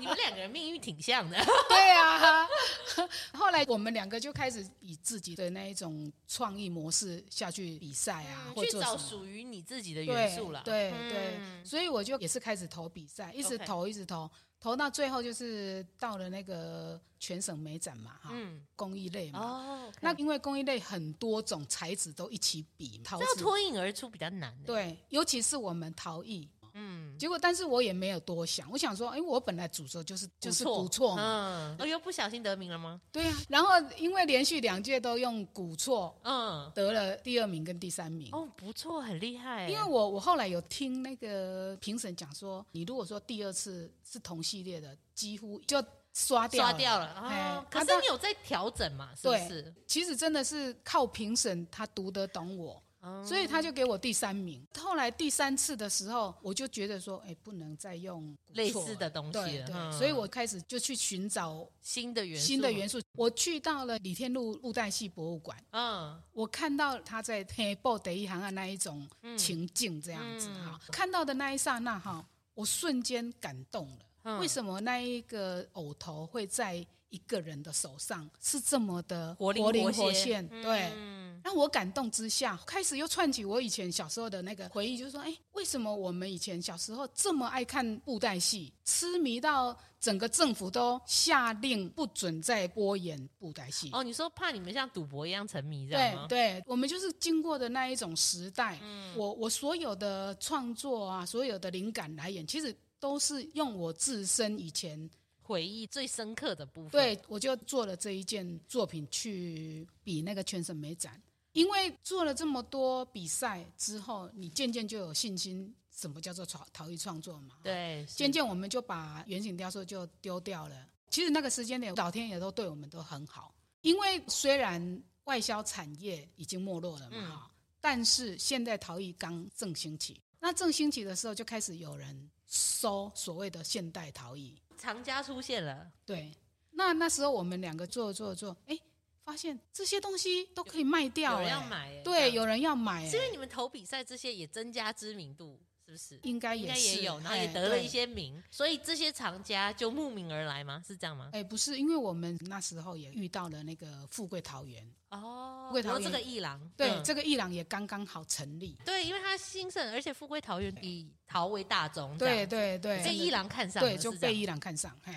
Speaker 2: 你们两个人命运挺像的，
Speaker 1: 对啊， 后来我们两个就开始以自己的那一种创意模式下去比赛啊，或
Speaker 2: 嗯去
Speaker 1: 做
Speaker 2: 找
Speaker 1: 什么
Speaker 2: 属于你自己的元素啦。
Speaker 1: 对对
Speaker 2: 嗯
Speaker 1: 对、所以我就也是开始投比赛，一直
Speaker 2: OK
Speaker 1: 投一直投，投到最后就是到了那个全省美展嘛，哈、
Speaker 2: 嗯，
Speaker 1: 工艺类嘛。
Speaker 2: 哦，OK，
Speaker 1: 那因为工艺类很多种材质都一起比，陶
Speaker 2: 这要
Speaker 1: 瓷
Speaker 2: 脱颖而出比较难。，欸
Speaker 1: 对，尤其是我们陶艺。
Speaker 2: 嗯，
Speaker 1: 结果，但是我也没有多想，我想说，哎，我本来主轴就是就是古错嘛，
Speaker 2: 嗯，哦，又不小心得名了吗？
Speaker 1: 对呀、然后因为连续两届都用古错
Speaker 2: 嗯，
Speaker 1: 得了第二名跟第三名，
Speaker 2: 哦，不错，很厉害。
Speaker 1: 因为我我后来有听那个评审讲说，你如果说第二次是同系列的，几乎就刷掉
Speaker 2: 刷
Speaker 1: 了。
Speaker 2: 掉了，哦
Speaker 1: 哎，
Speaker 2: 可
Speaker 1: 啊
Speaker 2: 是
Speaker 1: 但
Speaker 2: 你有在调整嘛？是不
Speaker 1: 对
Speaker 2: 是？
Speaker 1: 其实真的是靠评审他读得懂我，
Speaker 2: 嗯
Speaker 1: 所以他就给我第三名。后来第三次的时候，我就觉得说，哎，不能再用古
Speaker 2: 类
Speaker 1: 错
Speaker 2: 似
Speaker 1: 了
Speaker 2: 的东西
Speaker 1: 对
Speaker 2: 了
Speaker 1: 对，
Speaker 2: 嗯
Speaker 1: 所以我开始就去寻找
Speaker 2: 新的元素，
Speaker 1: 新的元素。我去到了李天禄布袋戏博物馆，
Speaker 2: 嗯，
Speaker 1: 我看到他在黑布的一行啊那一种情境这样子
Speaker 2: 嗯
Speaker 1: 哈、看到的那一刹那哈，我瞬间感动了。
Speaker 2: 嗯
Speaker 1: 为什么那一个偶头会在一个人的手上是这么的
Speaker 2: 活灵
Speaker 1: 活灵
Speaker 2: 活
Speaker 1: 活
Speaker 2: 现
Speaker 1: 现？对。
Speaker 2: 嗯
Speaker 1: 让我感动之下，开始又串起我以前小时候的那个回忆，就是说，哎，为什么我们以前小时候这么爱看布袋戏，痴迷到整个政府都下令不准再播演布袋戏？
Speaker 2: 哦，你说怕你们像赌博一样沉迷，这样
Speaker 1: 对
Speaker 2: 吗？嗯
Speaker 1: 对，我们就是经过的那一种时代，我我所有的创作啊，所有的灵感来源，其实都是用我自身以前，
Speaker 2: 回忆最深刻的部分，，
Speaker 1: 对我就做了这一件作品去比那个全省美展，因为做了这么多比赛之后，你渐渐就有信心，什么叫做陶陶艺创作嘛？
Speaker 2: 对，
Speaker 1: 渐
Speaker 2: 是
Speaker 1: 渐我们就把圆形雕塑就丢掉了。其实那个时间点，老天爷都对我们都很好，因为虽然外销产业已经没落了嘛，
Speaker 2: 嗯
Speaker 1: 哈但是现在陶艺刚正兴起。那正兴起的时候，就开始有人收所谓的现代陶艺。
Speaker 2: 藏家出现了，
Speaker 1: 对，那那时候我们两个做做做，哎，发现这些东西都可以卖掉、
Speaker 2: 有人要
Speaker 1: 哎
Speaker 2: 买耶，这
Speaker 1: 对，
Speaker 2: 样
Speaker 1: 有人要买、
Speaker 2: 是因为
Speaker 1: 哎
Speaker 2: 你们投比赛这些也增加知名度，是不是？
Speaker 1: 应该
Speaker 2: 应
Speaker 1: 也
Speaker 2: 该
Speaker 1: 是，
Speaker 2: 也有，然后
Speaker 1: 哎
Speaker 2: 也得了
Speaker 1: 对
Speaker 2: 一些名，所以这些藏家就慕名而来吗？是这样吗？
Speaker 1: 哎、不是，因为我们那时候也遇到了那个富贵桃园，
Speaker 2: 哦，
Speaker 1: 富贵
Speaker 2: 然后
Speaker 1: 桃
Speaker 2: 这
Speaker 1: 园
Speaker 2: 个艺廊，
Speaker 1: 对，
Speaker 2: 嗯
Speaker 1: 这个伊朗也刚刚好成立。
Speaker 2: 对，因为它兴盛，而且富贵桃园以陶为大宗，嗯这
Speaker 1: 对
Speaker 2: 样，
Speaker 1: 对对，
Speaker 2: 被伊朗看上了，
Speaker 1: 对
Speaker 2: 是
Speaker 1: 就
Speaker 2: 这
Speaker 1: 被
Speaker 2: 样
Speaker 1: 伊朗看上，嘿，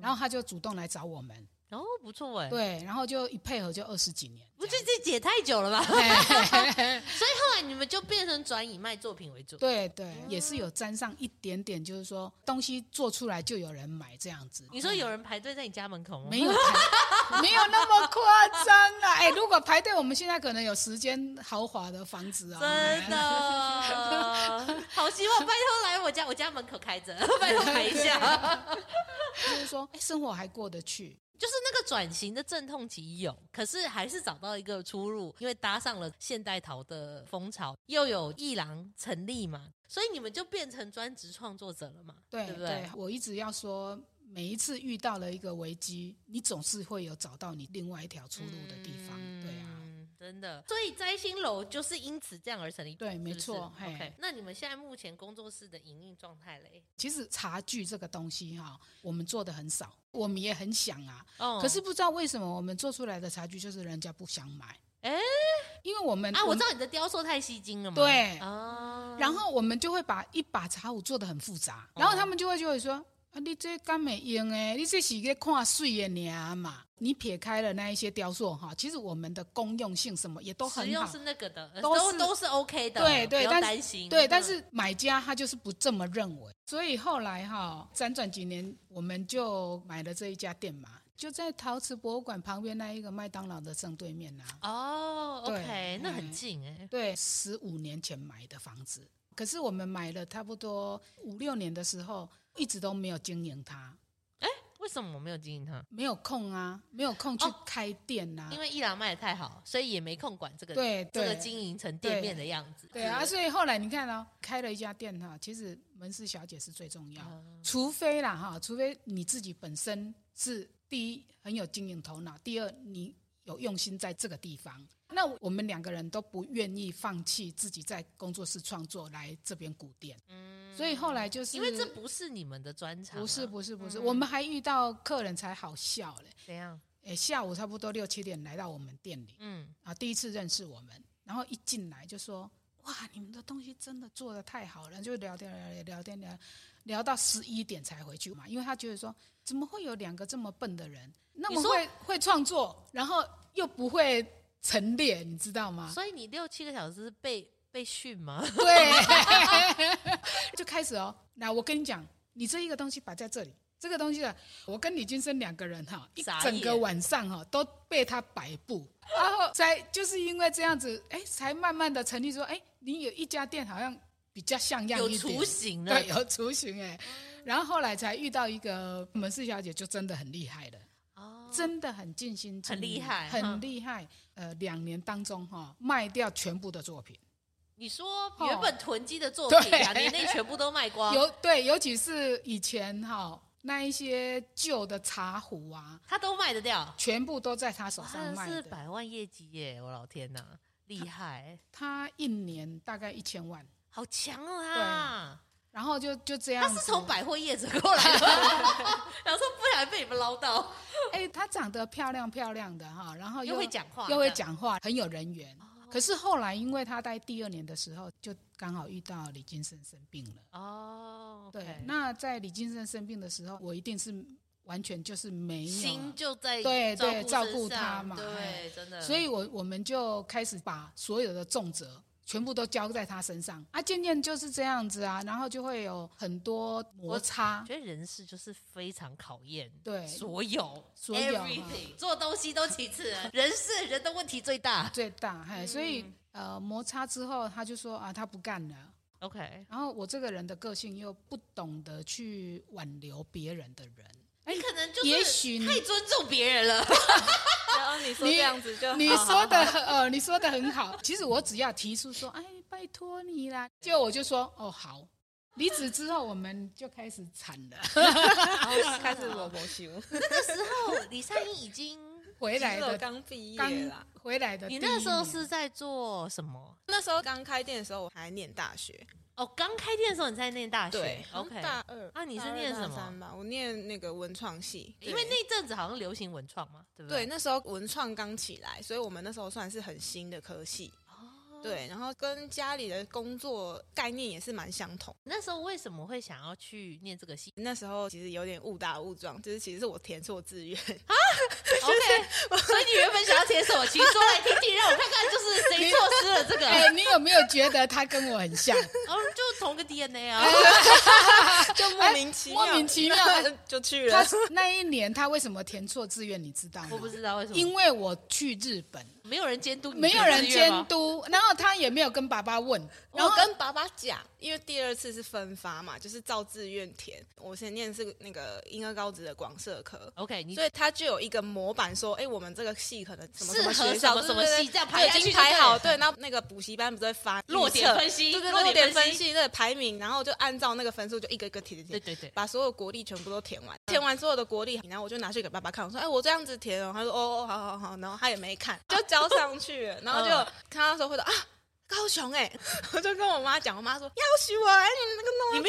Speaker 1: 然后他就主动来找我们，
Speaker 2: 哦，不错哎，
Speaker 1: 对，然后就一配合就二十几年，
Speaker 2: 不
Speaker 1: 这
Speaker 2: 是
Speaker 1: 样
Speaker 2: 这解太久了吧？所
Speaker 1: 嘿
Speaker 2: 以后来你们就变成转以卖作品为主，
Speaker 1: 对 对，也是有沾上一点点，就是说东西做出来就有人买这样子。
Speaker 2: 你说有人排队在你家门口吗？
Speaker 1: 没有排没有那么夸张啊？哎，如果排队，我们现在可能有十间豪华的房子啊，
Speaker 2: 真的， 好希望拜托来我家，我家门口开着，拜托排一下。
Speaker 1: 就是说，哎，生活还过得去。
Speaker 2: 就是那个转型的阵痛期有，可是还是找到一个出路，因为搭上了现代陶的风潮，又有艺廊成立嘛，所以你们就变成专职创作者了嘛，
Speaker 1: 对
Speaker 2: 不对？
Speaker 1: 我一直要说，每一次遇到了一个危机，你总是会有找到你另外一条出路的地方，对啊。
Speaker 2: 嗯，真的。所以摘星楼就是因此这样而成立，
Speaker 1: 对
Speaker 2: 是不是
Speaker 1: 没错嘿
Speaker 2: OK，那你们现在目前工作室的营运状态嘞？
Speaker 1: 其实茶具这个东西哈、我们做的很少，我们也很想啊，
Speaker 2: 哦
Speaker 1: 可是不知道为什么我们做出来的茶具就是人家不想买。
Speaker 2: 诶
Speaker 1: 因为我们
Speaker 2: 啊，我知
Speaker 1: 道。
Speaker 2: 道你的雕塑太吸睛了嘛。
Speaker 1: 对
Speaker 2: 啊，
Speaker 1: 然后我们就会把一把茶壶做的很复杂，
Speaker 2: 哦
Speaker 1: 然后他们就会就会说。啊，你这干没用诶，你这是个看水的娘嘛。你撇开了那一些雕塑哈，其实我们的功用性什么也都
Speaker 2: 使
Speaker 1: 很
Speaker 2: 用
Speaker 1: 好
Speaker 2: 是，那个的，呃
Speaker 1: 都
Speaker 2: 都
Speaker 1: 是
Speaker 2: 都是 OK 的，
Speaker 1: 对对
Speaker 2: 不要
Speaker 1: 但是
Speaker 2: 担心。
Speaker 1: 对。
Speaker 2: 嗯
Speaker 1: 但是买家他就是不这么认为，所以后来哈，辗转几年，我们就买了这一家店嘛，就在陶瓷博物馆旁边那一个麦当劳的正对面呐、啊
Speaker 2: 哦
Speaker 1: 对
Speaker 2: ，OK，那很
Speaker 1: 嗯
Speaker 2: 近哎。
Speaker 1: 对，十五年前买的房子，可是我们买了差不多五六年的时候，一直都没有经营它，
Speaker 2: 为什么我没有经营它？
Speaker 1: 没有空啊，没有空去
Speaker 2: 哦
Speaker 1: 开店呐、
Speaker 2: 因为伊朗卖的太好，所以也没空管这个
Speaker 1: 对
Speaker 2: 这个
Speaker 1: 对
Speaker 2: 经营成店
Speaker 1: 对
Speaker 2: 面的样子。
Speaker 1: 对啊，
Speaker 2: 是
Speaker 1: 所以后来你看哦，开了一家店哈、其实门市小姐是最重要，
Speaker 2: 啊
Speaker 1: 除非啦哈，除非你自己本身是第一很有经营头脑，第二你有用心在这个地方。那我们两个人都不愿意放弃自己在工作室创作来这边鼓店，
Speaker 2: 嗯
Speaker 1: 所以后来就是
Speaker 2: 因为这不是你们的专长啊，
Speaker 1: 不是不是不是，
Speaker 2: 嗯
Speaker 1: 我们还遇到客人才好笑嘞。
Speaker 2: 怎样？
Speaker 1: 诶，下午差不多六七点来到我们店里
Speaker 2: 嗯，
Speaker 1: 啊，第一次认识我们，然后一进来就说：“哇，你们的东西真的做的太好了！”就聊天聊天聊天聊，聊到十一点才回去嘛，因为他觉得说怎么会有两个这么笨的人，那
Speaker 2: 你
Speaker 1: 么
Speaker 2: 说
Speaker 1: 会会创作，然后又不会陈列，你知道吗？
Speaker 2: 所以你六七个小时是被被训吗？
Speaker 1: 对， 就开始哦。那我跟你讲，你这一个东西摆在这里，这个东西啊，我跟李金生两个人哈、一
Speaker 2: 傻眼
Speaker 1: 整个晚上哈、都被他摆布，然
Speaker 2: 哦
Speaker 1: 后才就是因为这样子，哎，才慢慢的成立说，哎，你有一家店好像比较像样
Speaker 2: 有
Speaker 1: 一点，
Speaker 2: 雏形了
Speaker 1: 对，有雏形哎。然后后来才遇到一个门市小姐，就真的很厉害了。
Speaker 2: 哦，
Speaker 1: 真的很尽心尽
Speaker 2: 很厉
Speaker 1: 力
Speaker 2: 害哈
Speaker 1: 很厉害。呃，两年当中哈、卖掉全部的作品，
Speaker 2: 你说
Speaker 1: 哦
Speaker 2: 原本囤积的作品
Speaker 1: 对
Speaker 2: 两年内全部都 卖光，
Speaker 1: 尤对，尤其是以前哈、那一些旧的茶壶啊，
Speaker 2: 他都卖得掉，
Speaker 1: 全部都在他手
Speaker 2: 哇
Speaker 1: 上卖
Speaker 2: 啊是
Speaker 1: 的。
Speaker 2: 百万业绩耶！我老天呐，厉害，
Speaker 1: 他一年大概一千万，
Speaker 2: 好强哦他！
Speaker 1: 然后就就这样
Speaker 2: 他
Speaker 1: 子。
Speaker 2: 是从百货业者过来的， 然后不然被你们捞到，
Speaker 1: 哎，她长得漂亮漂亮的哈，然后
Speaker 2: 又会讲话，
Speaker 1: 哦
Speaker 2: 哦
Speaker 1: 又会，讲话，很有人缘。可是后来，因为她在第二年的时候，就刚好遇到李金生生病了。
Speaker 2: 哦，
Speaker 1: 对
Speaker 2: OK，
Speaker 1: 那在李金生生病的时候，我一定是完全就是没有
Speaker 2: 心就在
Speaker 1: 对对
Speaker 2: 照
Speaker 1: 照顾
Speaker 2: 身上
Speaker 1: 他嘛
Speaker 2: 对，
Speaker 1: 哎
Speaker 2: 真
Speaker 3: 嗯
Speaker 2: 的，
Speaker 1: 所以我我们就开始把所有的重责全部都交在他身上啊，渐渐就是这样子啊，然后就会有很多摩擦
Speaker 2: 我，觉得人事就是非常考验
Speaker 1: 对
Speaker 2: 所有
Speaker 1: 所有啊
Speaker 2: everything 做东西都其次， 人事人的问题最大。
Speaker 1: 最大嘿，所以
Speaker 2: 嗯
Speaker 1: 呃摩擦之后，他就说啊他不干了，
Speaker 2: OK，
Speaker 1: 然后我这个人的个性又不懂得去挽留别人的 人，哎
Speaker 2: 你，可能就是
Speaker 1: 也许你
Speaker 2: 太尊重别人了。
Speaker 3: 然后你说这样子就
Speaker 1: 你
Speaker 3: 好
Speaker 1: 说的呃你说的很好，其实我只要提出说哎拜托你啦，结果我就说哦好，离职之后我们就开始惨了，
Speaker 3: 开始我我修，
Speaker 2: 那个时候李善英已 经，
Speaker 1: 回来
Speaker 3: 其实我
Speaker 1: 的
Speaker 3: 刚毕
Speaker 1: 刚
Speaker 3: 业啦。
Speaker 1: 回来的第
Speaker 2: 你
Speaker 1: 一年，
Speaker 2: 那时候是在做什么？
Speaker 3: 那时候刚开店的时候，我还念大学，
Speaker 2: 哦，刚开店的时候你在念大学
Speaker 3: 对
Speaker 2: ，OK，
Speaker 3: 大二
Speaker 2: 啊你是
Speaker 3: 大二
Speaker 2: 念什么
Speaker 3: 大三吧？我念那个文创系，
Speaker 2: 因为
Speaker 3: 对
Speaker 2: 那阵子好像流行文创嘛，对不
Speaker 3: 对
Speaker 2: 对？
Speaker 3: 那时候文创刚起来，所以我们那时候算是很新的科系。
Speaker 2: 哦，
Speaker 3: 对，然后跟家里的工作概念也是蛮相同。
Speaker 2: 那时候为什么会想要去念这个系
Speaker 3: 那时候其实有点误打误撞，就是其实是我填错志愿，
Speaker 2: ？OK，所以 你原本想要填什么？请说来听听，让我看看，就是谁错失了这个。
Speaker 1: 哎、你有没有觉得他跟我很像？
Speaker 2: 哦，就同个 DNA
Speaker 3: 哎
Speaker 2: 啊。
Speaker 3: 就莫名其妙，
Speaker 1: 哎莫名其妙
Speaker 3: 就去
Speaker 1: 他
Speaker 3: 了。
Speaker 1: 那一年他为什么填错志愿？你知道吗？
Speaker 2: 啊我不知道为什么，
Speaker 1: 因为我去日本，
Speaker 2: 没有人监督你的
Speaker 1: 没
Speaker 2: 志
Speaker 1: 有
Speaker 2: 愿吗，哦
Speaker 1: 人监督，然后他也没有跟爸爸问，然
Speaker 3: 然
Speaker 1: 后
Speaker 3: 后跟爸爸讲，因为第二次是分发嘛，就是照志愿填。我先念的是那个英二高职的广社科，
Speaker 2: OK，你
Speaker 3: 所以他就有一个模板说，哎、我们这个系可能什么
Speaker 2: 适合
Speaker 3: 么学校
Speaker 2: 什么什么
Speaker 3: 对对对
Speaker 2: 系这样
Speaker 3: 对
Speaker 2: 排下
Speaker 3: 已
Speaker 2: 去
Speaker 3: 经
Speaker 2: 就对
Speaker 3: 排好。
Speaker 2: 了
Speaker 3: 对，然后那个补习班不是会发
Speaker 2: 落点
Speaker 3: 预测
Speaker 2: 分析
Speaker 3: 对对，
Speaker 2: 落
Speaker 3: 落
Speaker 2: 点
Speaker 3: 点
Speaker 2: 分
Speaker 3: 分
Speaker 2: 析
Speaker 3: 析，对，的排名，然后就按照那个分数就一个一个填填
Speaker 2: 对
Speaker 3: 填，
Speaker 2: 对对，
Speaker 3: 把所有国力全部都填完，填完所有的国力，然后我就拿去给爸爸看，我说：“哎，我这样子填哦。”他说：“哦哦，好好好。”然后他也没看，就交上去了，然后就
Speaker 2: 嗯
Speaker 3: 看到说会说啊。高雄哎、 我就跟我妈讲，我妈说要许我哎、你那个弄
Speaker 2: 你没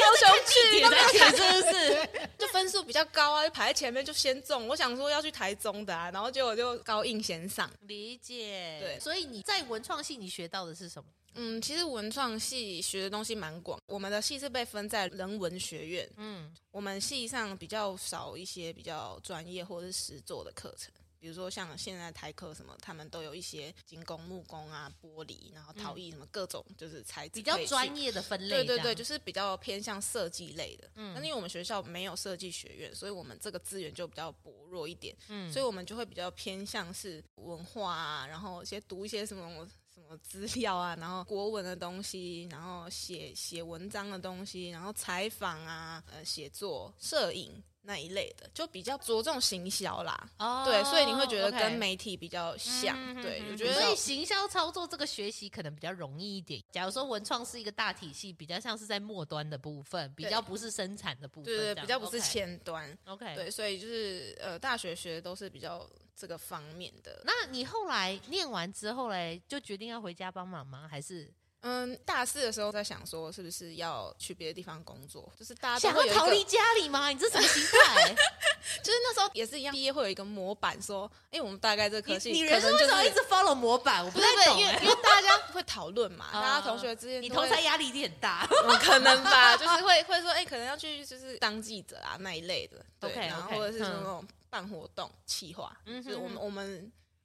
Speaker 2: 有
Speaker 3: 到高雄
Speaker 2: 在看地
Speaker 3: 去，
Speaker 2: 铁
Speaker 3: 都
Speaker 2: 在填是
Speaker 3: 没有
Speaker 2: 不是？
Speaker 3: 就分数比较高啊，就排在前面就先中。我想说要去台中的啊，然后结果就高硬先上。
Speaker 2: 理解，
Speaker 3: 对
Speaker 2: 所以你在文创系你学到的是什么？
Speaker 3: 嗯，其实文创系学的东西蛮广，我们的系是被分在人文学院，
Speaker 2: 嗯，
Speaker 3: 我们系上比较少一些比较专业或是实作的课程。比如说像现在台科什么，他们都有一些精工、木工啊、玻璃，然后陶艺什么各种就是材质
Speaker 2: 嗯比较
Speaker 3: 可以去
Speaker 2: 专业的分类
Speaker 3: 对
Speaker 2: 这样，
Speaker 3: 对对，就是比较偏向设计类的。
Speaker 2: 嗯
Speaker 3: 嗯，那因为我们学校没有设计学院，所以我们这个资源就比较薄弱一点，
Speaker 2: 嗯
Speaker 3: 所以我们就会比较偏向是文化啊，然后一些读一些什么。什么资料啊，然后国文的东西，然后写写文章的东西，然后采访啊，呃，写作、摄影那一类的，就比较着重行销啦。
Speaker 2: 哦，
Speaker 3: 对，所以你会觉得
Speaker 2: OK
Speaker 3: 跟媒体比较像。
Speaker 2: 嗯
Speaker 3: 对
Speaker 2: 嗯，嗯
Speaker 3: 我觉得
Speaker 2: 所以行销操作这个学习可能比较容易一点。假如说文创是一个大体系，比较像是在末端的部分，比较不是生产的部分这
Speaker 3: 对
Speaker 2: 样，
Speaker 3: 对，比较不是
Speaker 2: OK
Speaker 3: 前端。
Speaker 2: OK，
Speaker 3: 对，所以就是呃，大学学的都是比较这个方面的。
Speaker 2: 那你后来念完之后嘞，就决定要回家帮忙吗？还是
Speaker 3: 嗯，大四的时候在想说，是不是要去别的地方工作？就是大家
Speaker 2: 想
Speaker 3: 啊都会
Speaker 2: 要
Speaker 3: 有一
Speaker 2: 逃
Speaker 3: 个
Speaker 2: 离，家里吗？你这什么心态？
Speaker 3: 就是那时候也是一样，毕业会有一个模板说，哎，我们大概这科
Speaker 2: 你
Speaker 3: 系
Speaker 2: 你
Speaker 3: 可
Speaker 2: 人生
Speaker 3: 能
Speaker 2: 为
Speaker 3: 就
Speaker 2: 什么一
Speaker 3: 是
Speaker 2: 直 follow 模板？我
Speaker 3: 不
Speaker 2: 不
Speaker 3: 是
Speaker 2: 太
Speaker 3: 不是，
Speaker 2: 懂
Speaker 3: 因为
Speaker 2: 欸。
Speaker 3: 因为大家会讨论 嘛，
Speaker 2: 哦
Speaker 3: 大家同学之间
Speaker 2: 你
Speaker 3: 都会
Speaker 2: 同才压力一定很 大。
Speaker 3: 嗯，可 能吧，就是会会说，哎、可能要去就是当记者啊那一类的，对
Speaker 2: OK，OK，
Speaker 3: 然后或者是什
Speaker 2: 嗯
Speaker 3: 么那种办活动、企划，
Speaker 2: 嗯
Speaker 3: 就是我
Speaker 2: 哼
Speaker 3: 们我们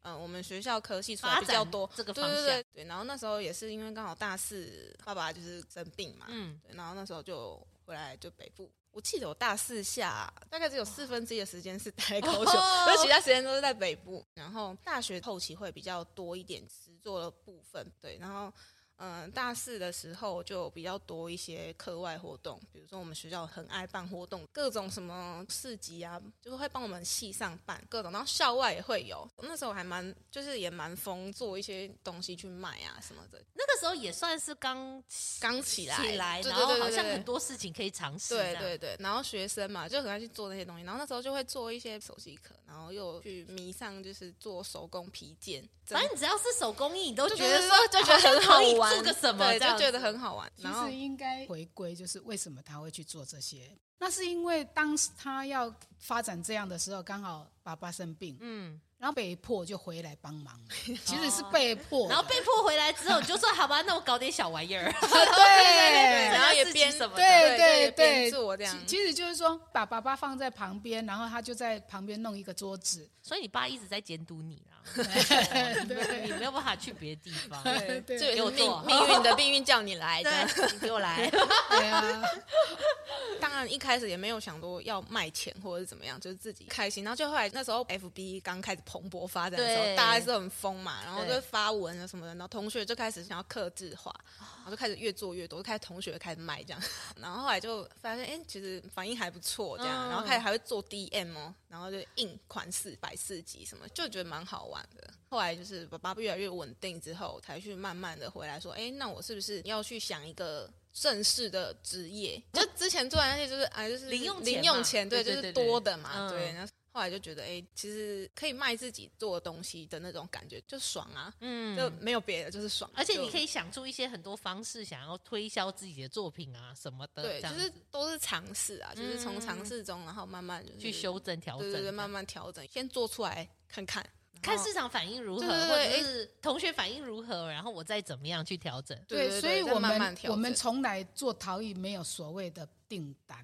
Speaker 3: 嗯、呃我们学校科系出
Speaker 2: 发
Speaker 3: 来比较
Speaker 2: 展
Speaker 3: 多
Speaker 2: 这个
Speaker 3: 对
Speaker 2: 方
Speaker 3: 对
Speaker 2: 向
Speaker 3: 对对，然后那时候也是因为刚好大四，爸爸就是生病嘛，
Speaker 2: 嗯，
Speaker 3: 对，然后那时候就回来就北部。我记得我大四下大概只有四分之一的时间是待在高 雄，
Speaker 2: 哦
Speaker 3: 那、其他时间都是在北部。然后大学后期会比较多一点实作的部分，对。然后，嗯、大四的时候就比较多一些课外活动，比如说我们学校很爱办活动，各种什么市集啊，就是会帮我们系上办各种，然后校外也会有。那时候还蛮就是也蛮疯，做一些东西去卖啊什么的，
Speaker 2: 那个时候也算是刚
Speaker 3: 刚起来，
Speaker 2: 起来，
Speaker 3: 对
Speaker 2: 然
Speaker 3: 对
Speaker 2: 后
Speaker 3: 对
Speaker 2: 好
Speaker 3: 对
Speaker 2: 像
Speaker 3: 对
Speaker 2: 很多事情可以尝试。
Speaker 3: 对对对，然后学生嘛，就很爱去做那些东西，然后那时候就会做一些手机课，然后又去迷上就是做手工皮件，
Speaker 2: 反正只要是手工艺，你都
Speaker 3: 就
Speaker 2: 觉得说
Speaker 3: 就觉得很好
Speaker 2: 可以
Speaker 3: 玩，
Speaker 2: 做个什么
Speaker 3: 对，
Speaker 2: 这样
Speaker 3: 就
Speaker 2: 子
Speaker 3: 觉得很好玩。
Speaker 1: 其
Speaker 3: 然后
Speaker 1: 实应该回归，就是为什么他会去做这些？那是因为当时他要发展这样的时候，刚好爸爸生病，
Speaker 2: 嗯，
Speaker 1: 然后被迫就回来帮 忙，其实是被迫的，
Speaker 2: 哦然后被迫回来之后，你就说好吧，那我搞点小玩 意儿，
Speaker 1: 对。
Speaker 3: 然后也
Speaker 2: 自己
Speaker 3: 边
Speaker 2: 什么的
Speaker 1: 对
Speaker 3: 对
Speaker 1: 对
Speaker 3: 边
Speaker 1: 对，
Speaker 3: 做这样
Speaker 1: 其其实就是说，把爸爸放在旁边，然后他就在旁边弄一个桌 子。
Speaker 2: 所以你爸一直在监督你啦，
Speaker 1: 对
Speaker 2: 你没有办法去别的地方。
Speaker 1: 对
Speaker 3: 对，
Speaker 1: 对
Speaker 3: 这也
Speaker 2: 给我
Speaker 3: 是
Speaker 2: 做
Speaker 3: 命命运的命运叫你来的。
Speaker 2: 对，你给我 来。
Speaker 1: 对啊，
Speaker 3: 当然一开始也没有想说要卖钱或者是怎么样，就是自己开心。然后就后来那时候 FB 刚开始蓬勃发展的时
Speaker 2: 对
Speaker 3: 候，大家是很疯嘛，然后
Speaker 2: 对
Speaker 3: 就发文啊什么的，然后同学就开始想要克制化，然后就开始越做越多，就开始同学开始卖这样。然后后来就发现，哎、其实反应还不错这
Speaker 2: 嗯
Speaker 3: 样，然后开始还会做 DM 哦，然后就印款式百四集什么，就觉得蛮好玩的。后来就是爸爸越来越稳定之后，才去慢慢的回来说，哎、那我是不是要去想一个正式的职业？就之前做的那些就是啊，就是
Speaker 2: 零用钱嘛
Speaker 3: 零用钱，对，
Speaker 2: 对
Speaker 3: 就
Speaker 2: 对
Speaker 3: 是
Speaker 2: 对
Speaker 3: 多的
Speaker 2: 嗯
Speaker 3: 嘛，对。然后后来就觉得，哎、其实可以卖自己做的东西的那种感觉，就爽啊，
Speaker 2: 嗯，
Speaker 3: 就没有别的，就是爽。
Speaker 2: 而且你
Speaker 3: 就
Speaker 2: 可以想出一些很多方式，想要推销自己的作品啊什么的，
Speaker 3: 对，
Speaker 2: 这
Speaker 3: 就
Speaker 2: 样
Speaker 3: 是
Speaker 2: 子
Speaker 3: 都是尝试啊，就是
Speaker 2: 嗯
Speaker 3: 从尝试中，然后慢慢就是
Speaker 2: 去修正调整
Speaker 3: 对
Speaker 2: 这
Speaker 3: 对
Speaker 2: 样，
Speaker 3: 对，慢慢调整，先做出来看看，
Speaker 2: 看
Speaker 3: 然后
Speaker 2: 市场反应如何，
Speaker 3: 对对
Speaker 2: 或
Speaker 3: 对
Speaker 2: 者是同学反应如何，然后我再怎么样去调整。
Speaker 3: 对对，
Speaker 1: 所以
Speaker 3: 再
Speaker 1: 我们
Speaker 3: 慢慢调
Speaker 1: 我们
Speaker 3: 整
Speaker 1: 从来做陶艺没有所谓的订单，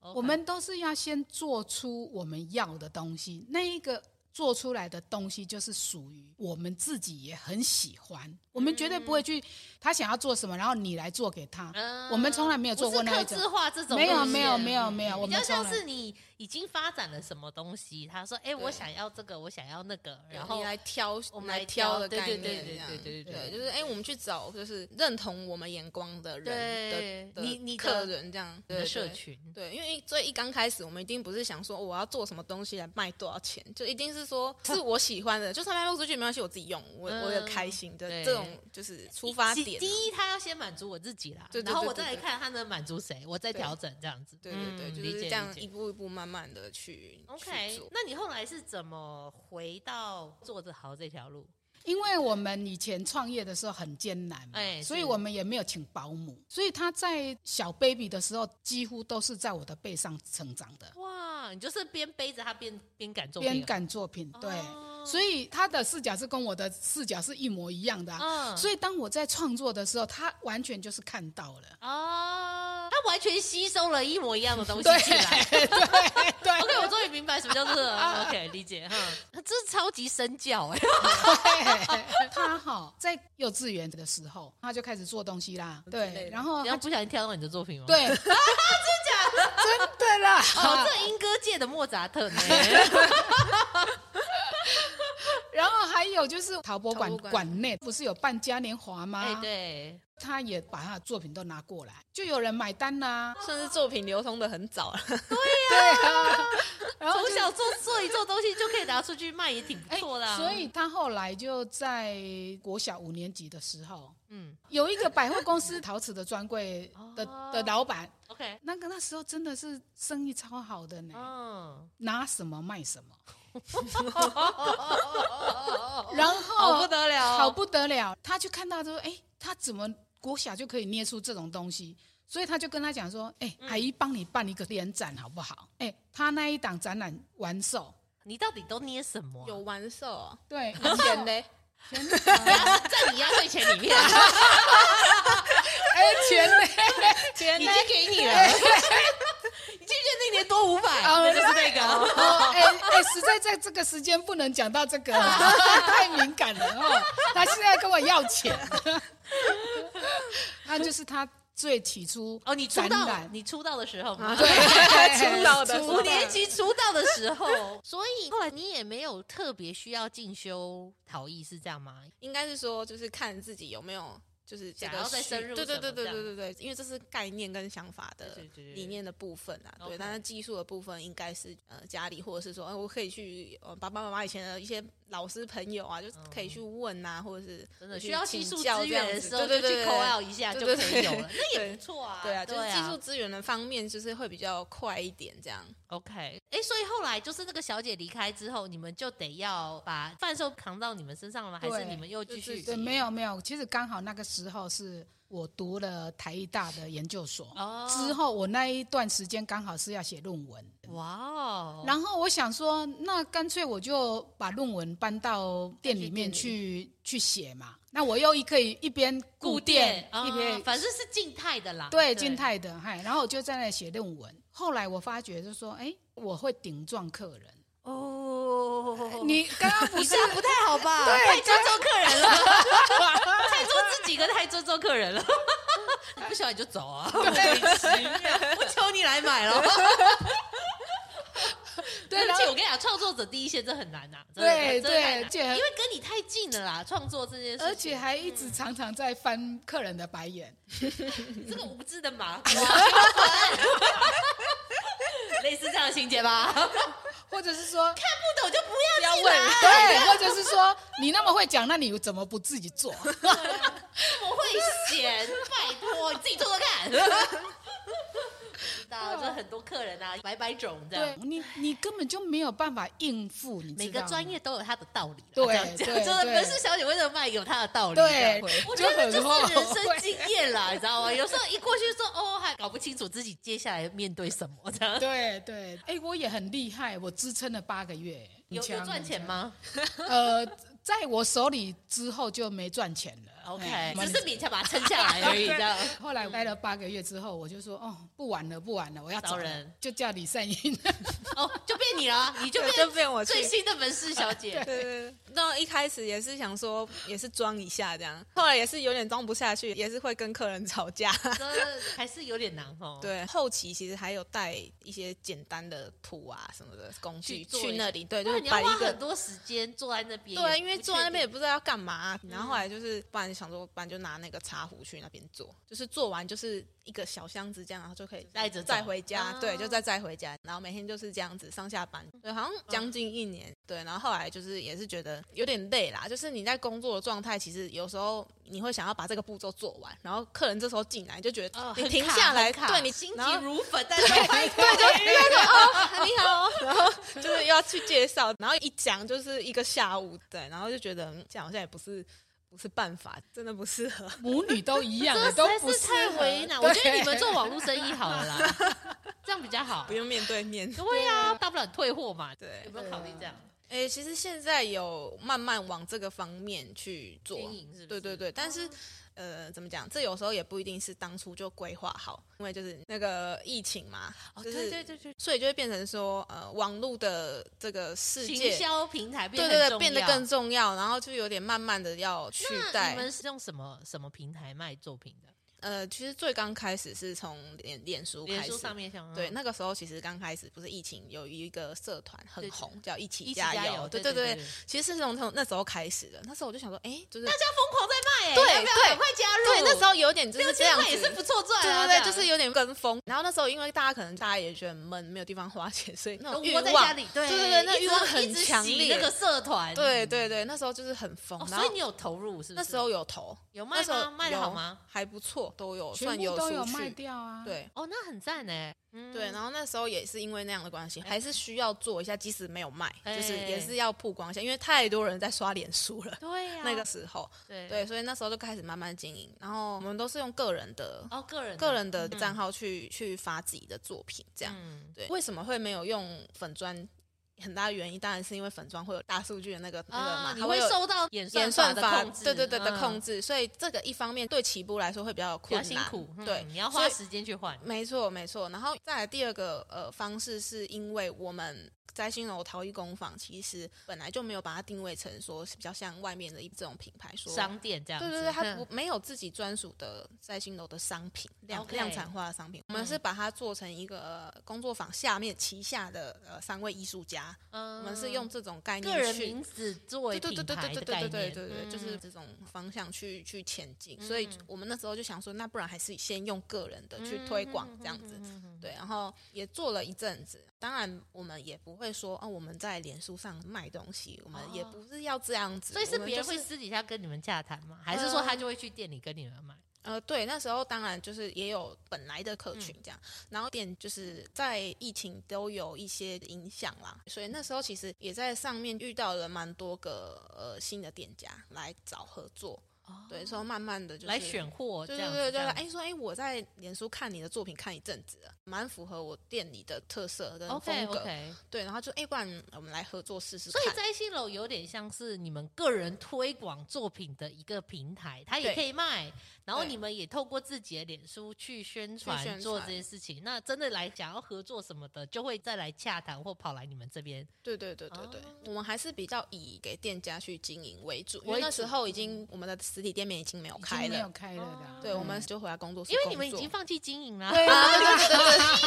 Speaker 2: OK
Speaker 1: 我们都是要先做出我们要的东西，那一个做出来的东西就是属于我们自己也很喜欢，我们绝对
Speaker 3: 嗯
Speaker 1: 不会去他想要做什么，然后你来做给他，
Speaker 2: 嗯
Speaker 1: 我们从来没有做过那一
Speaker 2: 不
Speaker 1: 种
Speaker 2: 是客制化这种路
Speaker 1: 没有
Speaker 2: 线
Speaker 1: 没有没有没有，我
Speaker 2: 比较
Speaker 1: 们从
Speaker 2: 像
Speaker 1: 来
Speaker 2: 是你已经发展了什么东西，他说：“哎、我
Speaker 3: 对
Speaker 2: 想要这个，我想要那个。”然
Speaker 3: 你
Speaker 2: 后
Speaker 3: 来挑，
Speaker 2: 我们
Speaker 3: 来
Speaker 2: 来
Speaker 3: 挑
Speaker 2: 挑
Speaker 3: 的
Speaker 2: 对
Speaker 3: 概
Speaker 2: 对
Speaker 3: 念，
Speaker 2: 对
Speaker 3: 这样
Speaker 2: 对对对对
Speaker 3: 对，就是哎，我们去找就是认同我们眼光的人
Speaker 2: 对
Speaker 3: 的
Speaker 2: 你你的
Speaker 3: 客人这样，
Speaker 2: 你
Speaker 3: 对
Speaker 2: 的社。
Speaker 3: 对
Speaker 2: 群，
Speaker 3: 对，因为最一刚开始，我们一定不是想说、哦我要做什么东西来卖多少钱，就一定 是说是我喜欢的，就算卖不出去没关系，我自己用，我、
Speaker 2: 嗯
Speaker 3: 我也开心的
Speaker 2: 对
Speaker 3: 这种就是出发
Speaker 2: 第
Speaker 3: 点啊、
Speaker 2: 第一，他要先满足我自己啦，
Speaker 3: 对对对
Speaker 2: 然后我
Speaker 3: 对
Speaker 2: 再来
Speaker 3: 对
Speaker 2: 看他能满足谁，我再
Speaker 3: 对
Speaker 2: 调整这样子。
Speaker 3: 对对对，
Speaker 2: 嗯
Speaker 3: 就是这样一。步一步慢慢的去去
Speaker 2: OK，
Speaker 3: 做。
Speaker 2: 那你后来是怎么回到做得好这条路？
Speaker 1: 因为我们以前创业的时候很艰难嘛，
Speaker 2: 哎
Speaker 1: 所以
Speaker 2: 是
Speaker 1: 我们也没有请保姆，所以他在小 baby 的时候几乎都是在我的背上成长的，
Speaker 2: 哇，你就是边背着他边边赶作
Speaker 1: 边
Speaker 2: 品，
Speaker 1: 赶作品，对，
Speaker 2: 哦
Speaker 1: 所以他的视角是跟我的视角是一模一样的、啊，
Speaker 2: 嗯
Speaker 1: 所以当我在创作的时候，他完全就是看到了，
Speaker 2: 哦，他完全吸收了一模一样的东西
Speaker 1: 对
Speaker 2: 进来。
Speaker 1: 对对
Speaker 2: OK，我终于明白什么叫 做 OK 理解哈，啊这是超级身教哎、
Speaker 1: 对， 他哈在幼稚园的时候他就开始做东西啦，
Speaker 3: 之类
Speaker 1: 对
Speaker 3: 的，
Speaker 1: 然后
Speaker 2: 你要
Speaker 1: 他
Speaker 2: 不小心跳到你的作品吗？，
Speaker 1: 对， 啊真假的？真的啦，
Speaker 2: 哦，这英歌界的莫扎特 呢？
Speaker 1: 然后还有就是陶博
Speaker 3: 陶
Speaker 1: 馆
Speaker 3: 博馆
Speaker 1: 馆内不是有办嘉年华吗？
Speaker 2: 哎，对，
Speaker 1: 他也把他的作品都拿过来，就有人买单啦、
Speaker 3: 甚至作品流通的很早了，
Speaker 1: 对啊，然后
Speaker 2: 从
Speaker 1: 就
Speaker 2: 小做做一做东西就可以拿出去卖，也挺不
Speaker 1: 哎
Speaker 2: 错的、啊
Speaker 1: 所以他后来就在国小五年级的时候，
Speaker 2: 嗯
Speaker 1: 有一个百货公司陶瓷的专柜的、
Speaker 2: 哦
Speaker 1: 的老板，
Speaker 2: ，OK，
Speaker 1: 那个那时候真的是生意超好的呢，
Speaker 2: 嗯，
Speaker 1: 拿什么卖 什么，
Speaker 2: 好
Speaker 1: 然后
Speaker 2: 不得了，
Speaker 1: 好不得了，他就看到说，哎，他怎么国小就可以捏出这种东西？所以他就跟他讲说，哎、
Speaker 2: 嗯
Speaker 1: 阿姨帮你办一个联展好不好？哎、他那一档展览完售，
Speaker 2: 你到底都捏什么、啊？
Speaker 3: 有完售 啊，
Speaker 1: 对，
Speaker 3: 以前呢，
Speaker 1: 全哎
Speaker 2: 在你压岁钱 里面，
Speaker 1: 哎全
Speaker 3: 钱
Speaker 2: 已
Speaker 3: 呢
Speaker 2: 经，给你
Speaker 1: 哎
Speaker 2: 了， 你记不记得那年多五百？那就是那个。
Speaker 1: 哦，哎、哎、实在在这个时间不能讲到这个 啦，太敏感了哦。他现在跟我要钱， 那就是他最起初
Speaker 2: 哦，你出
Speaker 1: 展
Speaker 2: 道
Speaker 1: 览，
Speaker 2: 你出道的时候 吗？
Speaker 1: 对
Speaker 3: 出道的
Speaker 1: 出
Speaker 2: 五
Speaker 1: 道
Speaker 2: 年级出道的时 候，所以后来你也没有特别需要进修陶艺，是这样吗？
Speaker 3: 应该是说就是看自己有没有就是这
Speaker 2: 想
Speaker 3: 个
Speaker 2: 要再
Speaker 3: 需
Speaker 2: 深入
Speaker 3: 对对
Speaker 2: 什么
Speaker 3: 对对
Speaker 2: 这样
Speaker 3: 对对对，因为这是概念跟想法的
Speaker 2: 对对对
Speaker 3: 理念的部分啊，对，
Speaker 2: OK
Speaker 3: 但是技术的部分应该是呃家里或者是说，哎、我可以去呃爸爸妈妈以前的一些老师朋友啊，就是可以去问啊，或者是
Speaker 2: 真的
Speaker 3: 去
Speaker 2: 需要技
Speaker 3: 请
Speaker 2: 术
Speaker 3: 教
Speaker 2: 资
Speaker 3: 这样
Speaker 2: 源的
Speaker 3: 子
Speaker 2: 时候，
Speaker 3: 对
Speaker 2: 就
Speaker 3: 对
Speaker 2: 去
Speaker 3: 对
Speaker 2: call out 一下
Speaker 3: 对
Speaker 2: 就
Speaker 3: 对
Speaker 2: 可
Speaker 3: 对
Speaker 2: 以有了，那也
Speaker 3: 对
Speaker 2: 不错啊。
Speaker 3: 对啊，就是技术
Speaker 2: 啊
Speaker 3: 资源的方面，就是会比较快一点这样。
Speaker 2: OK，哎，所以后来就是那个小姐离开之后，你们就得要把贩售扛到你们身上了吗？还
Speaker 1: 对
Speaker 2: 是你们又继
Speaker 3: 就
Speaker 2: 续
Speaker 3: 是？
Speaker 1: 对，没有没有，其实刚好那个时候是我读了台艺大的研究所，
Speaker 2: 哦
Speaker 1: 之后我那一段时间刚好是要写论文。
Speaker 2: 哇哦，
Speaker 1: 然后我想说，那干脆我就把论文搬到店里面去去写嘛。那我又一可以一边顾店，
Speaker 2: 啊
Speaker 1: 一边
Speaker 2: 反正是静态的啦，
Speaker 1: 对静态的，嗨，然后我就在那里写论文。后来我发觉，就说，哎，我会顶撞客人。
Speaker 2: 哦。
Speaker 1: 你刚刚不
Speaker 2: 你
Speaker 1: 是
Speaker 2: 这样不太好 吧？
Speaker 1: 对
Speaker 2: 太尊重客 人了，太做自己跟太尊重客人 了。你不喜欢你就走 啊，莫名其妙，我求你来买了。
Speaker 1: 对，
Speaker 2: 而
Speaker 1: 然
Speaker 2: 且
Speaker 1: 后
Speaker 2: 我跟你讲，创作者第一线这很难呐、啊真的
Speaker 1: 对
Speaker 2: 真的太
Speaker 1: 对
Speaker 2: 难
Speaker 1: 这
Speaker 2: 因为跟你太近了啦，创作这件事情，
Speaker 1: 而且还一直常常在翻客人的白眼。
Speaker 2: 你这个无知的麻
Speaker 1: 嗯
Speaker 2: 瓜， 类似这样的情节吧，看
Speaker 1: 或者是说，
Speaker 2: 不懂就不要进来。
Speaker 1: 对， 或者是说你那么会讲，那你怎么不自己做？
Speaker 2: 我会写，拜托你自己做做 看。知道，就很多客人啊，百百种这
Speaker 1: 对
Speaker 2: 样，
Speaker 1: 你，你根本就没有办法应付，你知道吗
Speaker 2: 每个专业都有它的道理啦。
Speaker 1: 对
Speaker 2: 这样讲
Speaker 1: 对
Speaker 2: 就是
Speaker 1: 对
Speaker 2: 门市小姐为什么卖有它的道理。这样
Speaker 1: 对，
Speaker 2: 我觉
Speaker 1: 就
Speaker 2: 得
Speaker 1: 很
Speaker 2: 这
Speaker 1: 后
Speaker 2: 是人生
Speaker 1: 悔
Speaker 2: 经验啦，你知道吗？有时候一过去说哦，还搞不清楚自己接下来面对什么，这样
Speaker 1: 对对，哎，我也很厉害，我支撑了八个月。
Speaker 2: 有
Speaker 1: 很强
Speaker 2: 有赚钱？吗
Speaker 1: 很强呃，在我手里之后就没赚钱了。
Speaker 2: ？OK，
Speaker 1: 哎
Speaker 2: 只是勉强把它撑下来而已，这 样。
Speaker 1: 后来待了八个月之后，我就说哦，不玩了，不玩了，我要
Speaker 2: 找
Speaker 1: 走了
Speaker 2: 人，
Speaker 1: 就叫李善英。
Speaker 2: 哦，就变你
Speaker 4: 你啦，你 就变
Speaker 5: 就变我去
Speaker 4: 最新的门市小姐。
Speaker 3: 对对，对那一开始也是想说，也是装一下 这样，后来也是有点装不下去，也是会跟客人吵架。
Speaker 2: 这还是有点难哦。，
Speaker 3: 对，后期其实还有带一些简单的土啊什么的工具
Speaker 4: 去做
Speaker 3: 去
Speaker 4: 一
Speaker 3: 那
Speaker 4: 下
Speaker 3: 里，对，就
Speaker 4: 那
Speaker 3: 是
Speaker 4: 你要
Speaker 3: 摆
Speaker 4: 花
Speaker 3: 一
Speaker 4: 很
Speaker 3: 个。
Speaker 4: 多时间坐在那边。
Speaker 3: 对啊，
Speaker 4: 也
Speaker 3: 因为
Speaker 4: 不
Speaker 3: 坐在那
Speaker 4: 确
Speaker 3: 边也
Speaker 4: 定嗯
Speaker 3: 不知道要干嘛，啊然后后来就是，不然想说，不然就拿那个茶壶去那边做，就是做完就是一个小箱子这样，然后就可以
Speaker 4: 带着走
Speaker 3: 再回家，
Speaker 4: 啊
Speaker 3: 对，就再再回家，然后每天就是这样子上下班，对，好像
Speaker 4: 嗯
Speaker 3: 将近一年，对，然后后来就是也是觉得有点累啦，就是你在工作的状态，其实有时候你会想要把这个步骤做完，然后客人这时候进来就觉得
Speaker 4: 哦
Speaker 3: 你
Speaker 4: 很
Speaker 3: 停
Speaker 4: 卡
Speaker 3: 下来，
Speaker 4: 很卡
Speaker 3: 对你
Speaker 2: 心
Speaker 3: 然后
Speaker 2: 急如 焚，但是快对
Speaker 3: 你好，然后 就是要去介绍，然后一讲就是一个下午，对，然后就觉得嗯这样好像也不是不是办法，真的不适合。
Speaker 1: 母女都一样，
Speaker 4: 这
Speaker 1: 都
Speaker 4: 实在
Speaker 1: 不
Speaker 4: 是太
Speaker 1: 适合
Speaker 4: 为 难。我觉得
Speaker 1: 对
Speaker 4: 你们做网络生意好了 啦，这样比较好
Speaker 3: 不。用面对 面。
Speaker 4: 对呀，大不了退货嘛。有
Speaker 3: 对，
Speaker 4: 没有考虑这样？
Speaker 3: 哎、其实现在有慢慢往这个方面去做，
Speaker 4: 经营是不哦是
Speaker 3: 对对对，但是。呃，怎么讲？这有时候也不一定是当初就规划好，因为就是那个疫情嘛，
Speaker 4: 哦，
Speaker 3: 就
Speaker 4: 对
Speaker 3: 是
Speaker 4: 对对对，
Speaker 3: 所以就会变成说，呃，网络的这个世
Speaker 4: 行
Speaker 3: 界，
Speaker 4: 销平台变
Speaker 3: 对
Speaker 4: 得很
Speaker 3: 对对，
Speaker 4: 重
Speaker 3: 变得
Speaker 4: 要
Speaker 3: 更重要，然后就有点慢慢的要取
Speaker 4: 那
Speaker 3: 代。
Speaker 4: 你们是用什么什么平台卖作品的？
Speaker 3: 呃，其实最刚开始是从脸脸书
Speaker 2: 脸
Speaker 3: 开始
Speaker 2: 书，上面嗯想
Speaker 3: 对，那个时候其实刚开始不是疫情，有一个社团很
Speaker 4: 对
Speaker 3: 红，叫一起
Speaker 4: 一起
Speaker 3: 加
Speaker 4: 加油
Speaker 3: 对
Speaker 4: 对对
Speaker 3: 对
Speaker 4: 对对，
Speaker 3: 其实是从从那时候开始的。那时候我就想说，哎，就是
Speaker 2: 大家疯狂在
Speaker 4: 欸
Speaker 2: 卖，哎
Speaker 3: 对
Speaker 2: 要不要
Speaker 3: 对
Speaker 2: 赶快加入？
Speaker 3: 对，那时候有点就是
Speaker 2: 六
Speaker 3: 这
Speaker 2: 千
Speaker 3: 样
Speaker 2: 块也是
Speaker 3: 子。
Speaker 2: 不错赚
Speaker 3: 对
Speaker 2: 啊，
Speaker 3: 对
Speaker 2: 这
Speaker 3: 对，就
Speaker 2: 样
Speaker 3: 是有点跟风。然后那时候因为大家可能大家也觉得很闷，没有地方花钱，所以那
Speaker 4: 都
Speaker 3: 种欲
Speaker 4: 窝在家
Speaker 3: 望，
Speaker 4: 里，对
Speaker 3: 对对对那
Speaker 4: 一直
Speaker 3: 欲望
Speaker 4: 一
Speaker 3: 很
Speaker 4: 直
Speaker 3: 强
Speaker 4: 洗
Speaker 3: 烈
Speaker 4: 那个社团，
Speaker 3: 对对对，那时候就是很疯
Speaker 4: 哦，。
Speaker 3: 然
Speaker 4: 所以
Speaker 3: 后
Speaker 4: 你有投入是不是？
Speaker 3: 那时候有投，
Speaker 2: 有卖
Speaker 3: 那时候
Speaker 2: 吗？卖的
Speaker 3: 有
Speaker 2: 好吗？？
Speaker 3: 还不错，都有
Speaker 1: 全
Speaker 3: 算
Speaker 1: 部都有
Speaker 3: 出
Speaker 1: 卖
Speaker 3: 去。
Speaker 1: 掉啊。，
Speaker 3: 对，
Speaker 2: 哦，那很赞哎，嗯
Speaker 3: 对，然后那时候也是因为那样的关系，还是需要做一下，即使没有卖，
Speaker 2: 哎
Speaker 3: 就是也是要曝光一下，因为太多人在刷脸书了。
Speaker 2: 对啊呀，
Speaker 3: 那个时候，
Speaker 2: 对
Speaker 3: 对，所以那时候就开始慢慢经营，然后我们都是用个人的、
Speaker 2: 哦，个人
Speaker 3: 个人的账号去、去发自己的作品，这样。
Speaker 2: 嗯，
Speaker 3: 对，为什么会没有用粉砖？很大的原因当然是因为粉砖会有大数据的那个、那个
Speaker 2: 啊
Speaker 3: 嘛，，
Speaker 2: 你
Speaker 3: 它会有
Speaker 2: 受到演算
Speaker 3: 演算
Speaker 2: 的
Speaker 3: 法
Speaker 2: 控制，
Speaker 3: 对对对的控
Speaker 2: 制，
Speaker 3: 制，所以这个一方面对起步来说会比较有
Speaker 2: 比较
Speaker 3: 困
Speaker 2: 辛
Speaker 3: 难，
Speaker 2: 苦，嗯
Speaker 3: 对，
Speaker 2: 你要
Speaker 3: 所
Speaker 2: 花
Speaker 3: 以
Speaker 2: 时间去换，
Speaker 3: 没错，没错。然后再来第二个呃方式，是因为我们摘星楼陶艺工坊其实本来就没有把它定位成说是比较像外面的一这种品牌说。
Speaker 2: 商店这样子，
Speaker 3: 对对对，它
Speaker 2: 嗯
Speaker 3: 不没有自己专属的摘星楼的商品量
Speaker 2: OK
Speaker 3: 量产化的商品，我们
Speaker 2: 嗯
Speaker 3: 是把它做成一个呃工作坊下面旗下的呃三位艺术家，
Speaker 2: 嗯
Speaker 3: 我们是用这种概念
Speaker 2: 个人
Speaker 3: 去
Speaker 2: 名字作为
Speaker 3: 对对
Speaker 2: 品
Speaker 3: 对对
Speaker 2: 牌
Speaker 3: 对
Speaker 2: 的
Speaker 3: 对
Speaker 2: 概
Speaker 3: 对
Speaker 2: 念，
Speaker 3: 对对对，就是
Speaker 2: 嗯
Speaker 3: 这种方向去去前进，所以我们那时候就想说，那不然还是先用个人
Speaker 2: 嗯
Speaker 3: 的去推广这样子。对，然后也做了一阵子。当然，我们也不会说哦，我们在脸书上卖东西，我们也
Speaker 2: 哦
Speaker 3: 不是要这样子。
Speaker 2: 所以
Speaker 3: 我
Speaker 2: 是
Speaker 3: 们
Speaker 2: 别人
Speaker 3: 就
Speaker 2: 会
Speaker 3: 是嗯
Speaker 2: 私底下跟你们洽谈吗？还是说他就会去店里跟你们买？
Speaker 3: 呃，对，那时候当然就是也有本来的客
Speaker 2: 嗯
Speaker 3: 群这样，然后店就是在疫情都有一些影响啦，所以那时候其实也在上面遇到了蛮多个呃新的店家来找合作，对，所以慢慢的就
Speaker 2: 哦
Speaker 3: 是
Speaker 2: 来选货这
Speaker 3: 对
Speaker 2: 样
Speaker 3: 对
Speaker 2: 子，
Speaker 3: 对对，
Speaker 2: 这样
Speaker 3: 哎、说哎、我在脸书看你的作品看一阵子了，蛮符合我店里的特色跟风
Speaker 2: OK
Speaker 3: 格
Speaker 2: OK，
Speaker 3: 对，然后就哎、不然我们来合作试试
Speaker 2: 所
Speaker 3: 看
Speaker 2: 以，摘星楼有点像是你们个人推广作品的一个平台，它也
Speaker 3: 对
Speaker 2: 可以卖，然后
Speaker 3: 对
Speaker 2: 你们也透过自己的脸书去宣
Speaker 3: 去宣
Speaker 2: 传
Speaker 3: 传
Speaker 2: 做这些事情。那真的来想要合作什么的，就会再来洽谈或跑来你们这边。
Speaker 3: 对对对对对，
Speaker 2: 哦
Speaker 3: 我们还是比较以给店家去经营为主，因
Speaker 2: 为
Speaker 3: 为那
Speaker 2: 主嗯
Speaker 3: 时候已经我们的实体店面已经没有
Speaker 1: 已经
Speaker 3: 开
Speaker 1: 没有
Speaker 3: 了，
Speaker 1: 开了的。
Speaker 3: 对，
Speaker 1: 嗯
Speaker 3: 我们就回来工作室
Speaker 2: 因为
Speaker 3: 工
Speaker 2: 你们已
Speaker 3: 作
Speaker 2: 经放弃经营了，
Speaker 1: 对啊，
Speaker 2: 你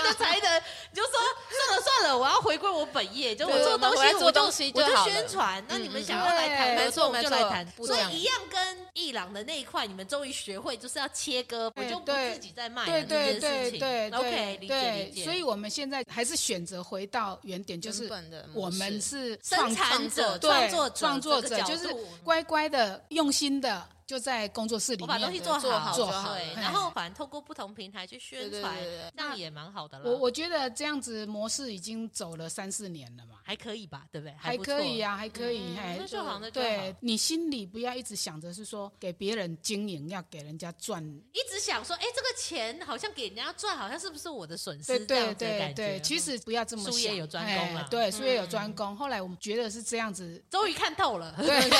Speaker 2: 的才能，你就说算了算了，我要回归我本业，就我
Speaker 3: 对
Speaker 2: 做东
Speaker 3: 我
Speaker 2: 西，
Speaker 3: 来
Speaker 2: 我
Speaker 3: 做
Speaker 2: 就
Speaker 3: 东西
Speaker 2: 我
Speaker 3: 就好
Speaker 2: 就
Speaker 3: 了
Speaker 2: 宣传。那
Speaker 3: 嗯
Speaker 2: 你们
Speaker 3: 嗯
Speaker 2: 想要来谈
Speaker 1: 对
Speaker 2: 合作，我
Speaker 3: 没
Speaker 2: 们
Speaker 3: 错
Speaker 2: 就来谈。
Speaker 3: 没错
Speaker 2: 所
Speaker 3: 不
Speaker 2: 以一样跟一朗的那一块，你们终于学会就是要切割，我
Speaker 1: 对
Speaker 2: 就不
Speaker 1: 对
Speaker 2: 自己在卖
Speaker 1: 对
Speaker 2: 了
Speaker 1: 对
Speaker 2: 这件
Speaker 1: 对对
Speaker 2: 事情。
Speaker 1: 对
Speaker 2: OK，理解理
Speaker 1: 对，
Speaker 2: 解。
Speaker 1: 所以我们现在还是选择回到原点，就
Speaker 3: 原
Speaker 1: 是
Speaker 3: 本的模
Speaker 1: 我们
Speaker 3: 式
Speaker 1: 是
Speaker 2: 生
Speaker 1: 创
Speaker 2: 产者、
Speaker 1: 对
Speaker 2: 创作者、
Speaker 1: 创作
Speaker 2: 这
Speaker 1: 者
Speaker 2: 个角
Speaker 1: 就是
Speaker 2: 度
Speaker 1: 乖乖的、用心的，就在工作室里
Speaker 2: 我
Speaker 1: 面
Speaker 2: 把东西做
Speaker 3: 做
Speaker 2: 好，
Speaker 3: 好
Speaker 1: 做好
Speaker 2: 对，
Speaker 1: 嘿
Speaker 2: 然后反正透过不同平台去宣
Speaker 3: 对对
Speaker 2: 传
Speaker 3: 对对对，
Speaker 2: 这样也蛮好的啦。
Speaker 1: 我我觉得这样子模式已经走了三四年了嘛，
Speaker 2: 还可以吧，对不对？
Speaker 1: 还
Speaker 2: 不
Speaker 1: 可
Speaker 2: 错
Speaker 1: 以，啊，还可以，
Speaker 2: 嗯
Speaker 1: 还
Speaker 2: 那就好，那就好
Speaker 1: 对。你心里不要一直想着是说给别人经营，要给人家赚，
Speaker 2: 一直想说，哎，这个钱好像给人家赚，好像是不是我的损
Speaker 1: 对
Speaker 2: 失？这
Speaker 1: 对
Speaker 2: 样子的
Speaker 1: 对
Speaker 2: 感
Speaker 1: 对，
Speaker 2: 觉。
Speaker 1: 其实不要这么想。
Speaker 2: 术业有专攻
Speaker 1: 哎
Speaker 2: 啦嗯
Speaker 1: 对，术业有专攻。后来我们觉得是这样 子，
Speaker 2: 终于看透了，
Speaker 1: 对对 对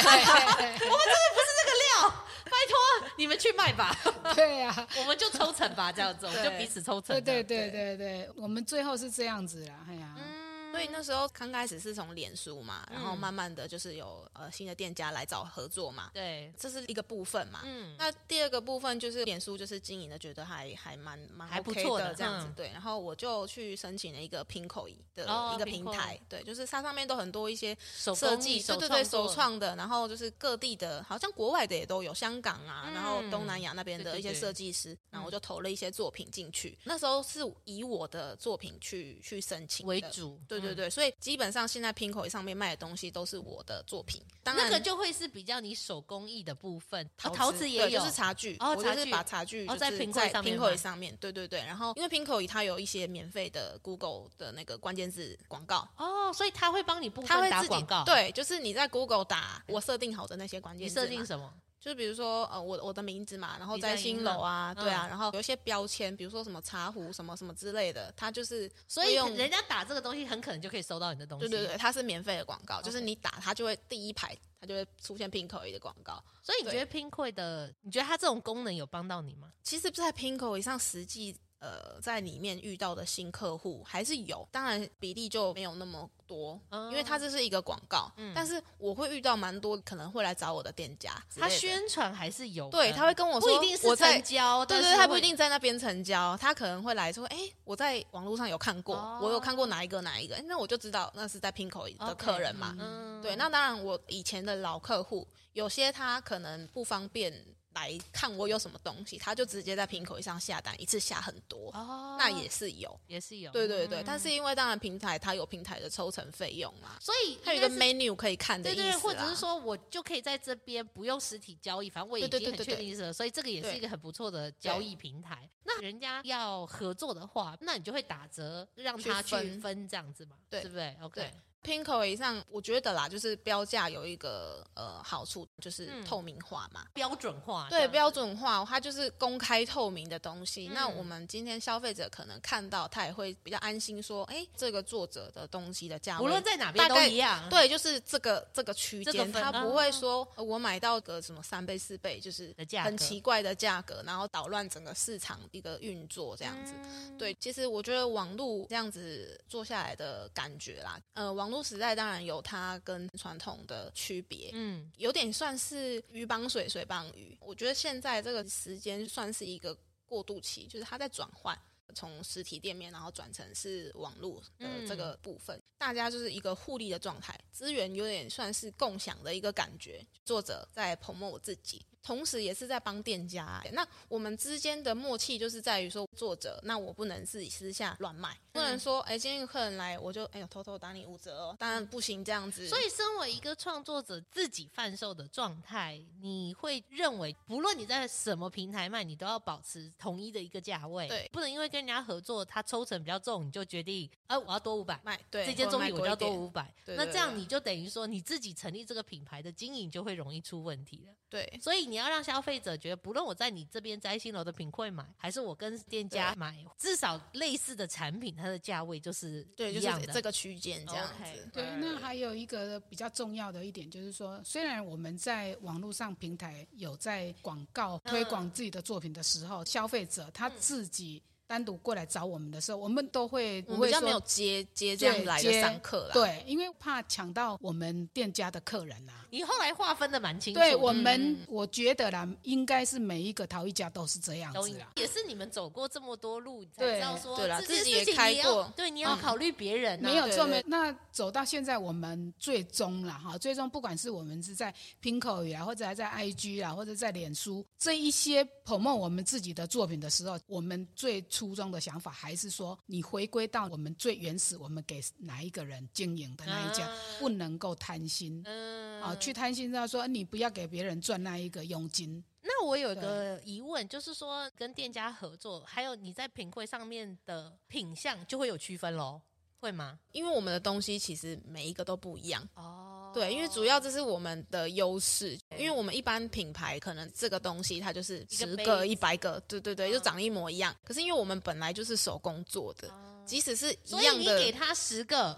Speaker 2: 你们去卖 吧，
Speaker 1: 对对啊，
Speaker 2: 我们就抽成吧，这样子，我们就彼此抽成。
Speaker 1: 对对
Speaker 2: 这样
Speaker 1: 对对对，我们最后是这样子啦，哎呀，
Speaker 2: 嗯
Speaker 3: 所所以那时候刚开始是从脸书嘛，然后慢慢的就是有呃新的店家来找合作嘛，
Speaker 2: 对，
Speaker 3: 这是一个部分嘛。
Speaker 2: 嗯，
Speaker 3: 那第二个部分就是脸书，就是经营的觉得还还蛮蛮
Speaker 2: 还不
Speaker 3: OK
Speaker 2: 错的
Speaker 3: 的这样子，
Speaker 2: 嗯
Speaker 3: 对。然后我就去申请了一个 Pinko 的
Speaker 2: 哦
Speaker 3: 一个
Speaker 2: Pinkoi
Speaker 3: 平台，对，就是它上面都很多一些
Speaker 2: 手
Speaker 3: 设
Speaker 2: 工艺
Speaker 3: 计，
Speaker 2: 手
Speaker 3: 对对对，
Speaker 2: 作
Speaker 3: 手，创的，然后就是各地的，好像国外的也都有，香港啊，
Speaker 2: 嗯
Speaker 3: 然后东南亚那边
Speaker 2: 对
Speaker 3: 的
Speaker 2: 对
Speaker 3: 一些
Speaker 2: 对嗯
Speaker 3: 设计师，然后我就投了一些作品进去。那时候是以我的作品去去申请的
Speaker 2: 为主
Speaker 3: 对
Speaker 2: 嗯
Speaker 3: 对对，所以基本上现在 Pinko 上面卖的东西都是我的作品，当然啊
Speaker 2: 那个就会是比较你手工艺的部分，
Speaker 3: 陶
Speaker 2: 哦陶瓷也
Speaker 3: 对
Speaker 2: 有，
Speaker 3: 就是茶具，
Speaker 2: 哦
Speaker 3: 我
Speaker 2: 茶
Speaker 3: 就是
Speaker 2: 具
Speaker 3: 把茶具
Speaker 2: 哦
Speaker 3: 就
Speaker 2: 在
Speaker 3: 是
Speaker 2: Pinkoi
Speaker 3: 在
Speaker 2: 上面
Speaker 3: Pinkoi
Speaker 2: 卖
Speaker 3: 上面，对对对。然后因为 Pinko 它有一些免费的 Google 的那个关键字广告，
Speaker 2: 哦，所以他会帮你部
Speaker 3: 它
Speaker 2: 分
Speaker 3: 会
Speaker 2: 打
Speaker 3: 自己
Speaker 2: 广告，，
Speaker 3: 对，就是你在 Google 打我设定好的那些关键
Speaker 2: 你
Speaker 3: 字嘛，
Speaker 2: 设定什么？
Speaker 3: 就是比如说呃，我我的名字嘛，然后
Speaker 2: 你在
Speaker 3: 摘星楼啊，
Speaker 2: 银行
Speaker 3: 对啊，
Speaker 2: 嗯
Speaker 3: 然后有一些标签，比如说什么茶壶什么什么之类的，它就是
Speaker 2: 所以
Speaker 3: 用
Speaker 2: 人家打这个东西，很可能就可以收到你的东西。
Speaker 3: 对对对，它是免费的广告，就是
Speaker 2: OK
Speaker 3: 你打它就会第一排它就会出现 Pinko 的广告。
Speaker 2: 所以你
Speaker 3: 对
Speaker 2: 觉得 Pinkoi 的，你觉得它这种功能有帮到你吗？
Speaker 3: 其实，在 Pinko 上实际呃在里面遇到的新客户还是有，当然比例就没有那么多，因为它这是一个广告，
Speaker 2: 哦嗯
Speaker 3: 但是我会遇到蛮多可能会来找我的店家之类
Speaker 2: 它
Speaker 3: 的，
Speaker 2: 宣传还是有的，
Speaker 3: 对他会跟我
Speaker 2: 嗯不
Speaker 3: 说，
Speaker 2: 一定是
Speaker 3: 我在
Speaker 2: 成交，
Speaker 3: 对
Speaker 2: 但
Speaker 3: 哦对，
Speaker 2: 是
Speaker 3: 他不
Speaker 2: 会
Speaker 3: 一定在那边成交，他可能会来说，哎、我在网络上有看过，
Speaker 2: 哦
Speaker 3: 我有看过哪一个哪一个，诶那我就知道那是在 Pinko 的客人嘛。
Speaker 1: OK，
Speaker 2: 嗯
Speaker 3: 对，那当然我以前的老客户，有些他可能不方便来看我有什么东西，他就直接在 Pinko 上下单，一次下很多，
Speaker 2: 哦，
Speaker 3: 那也是有。
Speaker 2: 也是有，
Speaker 3: 对对对，
Speaker 2: 嗯
Speaker 3: 但是因为当然平台它有平台的抽成费用嘛，
Speaker 2: 所以
Speaker 3: 它有一
Speaker 2: 应该
Speaker 3: 个
Speaker 2: 是
Speaker 3: menu 可以看的
Speaker 2: 对
Speaker 3: 意思
Speaker 2: 对，
Speaker 3: 啦。
Speaker 2: 或者是说我就可以在这边不用实体交易，反正我已
Speaker 3: 对对
Speaker 2: 经
Speaker 3: 对
Speaker 2: 很
Speaker 3: 对
Speaker 2: 确
Speaker 3: 对
Speaker 2: 定是了，所以这个也是
Speaker 3: 对
Speaker 2: 一个很不错的交易平台。那人家要合作的话，那你就会打折让
Speaker 3: 去
Speaker 2: 他去
Speaker 3: 分
Speaker 2: 分这样子嘛，
Speaker 3: 对
Speaker 2: 是不是？OK，
Speaker 3: 对 Pinko 以上，我觉得啦，就是标价有一个呃好处，就是
Speaker 2: 嗯
Speaker 3: 透明化嘛。
Speaker 2: 标准化这
Speaker 3: 对
Speaker 2: 样子，
Speaker 3: 标准化，它就是公开透明的东西。
Speaker 2: 啊嗯
Speaker 3: 那我们今天消费者可能看到，他也会比较安心，说，哎，这个作者的东西的价位，
Speaker 2: 无论在哪边
Speaker 3: 大
Speaker 2: 都
Speaker 3: 概
Speaker 2: 一样，
Speaker 3: 对，就是这个这个区
Speaker 2: 这
Speaker 3: 间，
Speaker 2: 个分啊
Speaker 3: 他不会说、呃我买到个什么三倍四倍，就是
Speaker 2: 的价格
Speaker 3: 很奇怪的价格，然后捣乱整个市场一个运作这样子。
Speaker 2: 嗯
Speaker 3: 对，其实我觉得网络这样子做下来的感觉啦，呃，网络时代当然有它跟传统的区别，
Speaker 2: 嗯，
Speaker 3: 有点算是鱼帮水，水帮鱼。我觉得现在这个时间算是一个过渡期，就是它在转换，从实体店面然后转成是网络的
Speaker 2: 嗯
Speaker 3: 这个部分，大家就是一个互利的状态，资源有点算是共享的一个感觉。作者在 promo 我自己。同时，也是在帮店家。那我们之间的默契就是在于说，作者，那我不能自己私下乱卖，不
Speaker 2: 嗯
Speaker 3: 能说，哎、今天有客人来，我就哎呦偷偷打你五折哦，当然不行这样子。
Speaker 2: 所以，身为一个创作者，自己贩售的状态，你会认为，不论你在什么平台卖，你都要保持统一的一个价位，
Speaker 3: 对
Speaker 2: 不能因为跟人家合作，他抽成比较重，你就决定，呃，我要多五百，
Speaker 3: 卖对
Speaker 2: 这件
Speaker 3: 或者
Speaker 2: 作
Speaker 3: 卖
Speaker 2: 品我就要
Speaker 3: 贵一
Speaker 2: 多
Speaker 3: 点
Speaker 2: 五百，
Speaker 3: 对
Speaker 2: 那
Speaker 3: 对
Speaker 2: 这样
Speaker 3: 对
Speaker 2: 你就等于说你自己成立这个品牌的经营就会容易出问题了。
Speaker 3: 对，
Speaker 2: 所以你要让消费者觉得，不论我在你这边摘星楼的品会买，还是我跟店家买，至少类似的产品，它的价位就是
Speaker 3: 对，就
Speaker 2: 一样
Speaker 3: 是
Speaker 2: 的。
Speaker 3: 这个区间这样
Speaker 2: OK
Speaker 3: 子。
Speaker 1: 对，那还有一个比较重要的一点就是说，虽然我们在网络上平台有在广告
Speaker 2: 嗯
Speaker 1: 推广自己的作品的时候，消费者他自己单独过来找我们的时候，我们都会不
Speaker 3: 我们
Speaker 1: 会
Speaker 3: 比较没有
Speaker 1: 说
Speaker 3: 接接这样
Speaker 1: 对
Speaker 3: 来的
Speaker 1: 接
Speaker 3: 上课啦，，
Speaker 1: 对，因为怕抢到我们店家的客人啊。
Speaker 2: 你后来划分的蛮清楚的，
Speaker 1: 对我们，我觉得啦，应该是每一个陶艺家都是这样
Speaker 2: 都
Speaker 1: 子啦。
Speaker 2: 也是你们走过这么多路，你才
Speaker 1: 对
Speaker 2: 知道说
Speaker 3: 啊对啦
Speaker 2: 这件
Speaker 3: 自己也
Speaker 2: 事情
Speaker 3: 开
Speaker 2: 你要
Speaker 3: 过嗯
Speaker 2: 对，你要考虑别人、啊
Speaker 1: 没有
Speaker 3: 对
Speaker 1: 错，
Speaker 3: 对
Speaker 1: 没那走到现在，我们最终了哈，最终不管是我们是在 Pinko 语啊，或者还在 IG 啦，或者在脸书这一些 promo 我们自己的作品的时候，我们最初衷的想法还是说，你回归到我们最原始，我们给哪一个人经营的那一家，
Speaker 2: 啊
Speaker 1: 不能够贪心。
Speaker 2: 嗯
Speaker 1: 啊，去贪心到说你不要给别人赚那一个佣金，
Speaker 2: 那我有一个疑问，就是说跟店家合作，还有你在品会上面的品相就会有区分喽，会吗？
Speaker 3: 因为我们的东西其实每一个都不一样。
Speaker 2: 哦
Speaker 3: 对，因为主要这是我们的优势，因为我们一般品牌可能这个东西它就是
Speaker 2: 一个
Speaker 3: 十
Speaker 2: 杯
Speaker 3: 个、
Speaker 2: 子
Speaker 3: 一百个，对对对，就
Speaker 2: 嗯
Speaker 3: 长得一模一样。可是因为我们本来就是手工做的，即使是一
Speaker 2: 哦所以
Speaker 3: 样
Speaker 2: 你
Speaker 3: 的，
Speaker 2: 给他十个，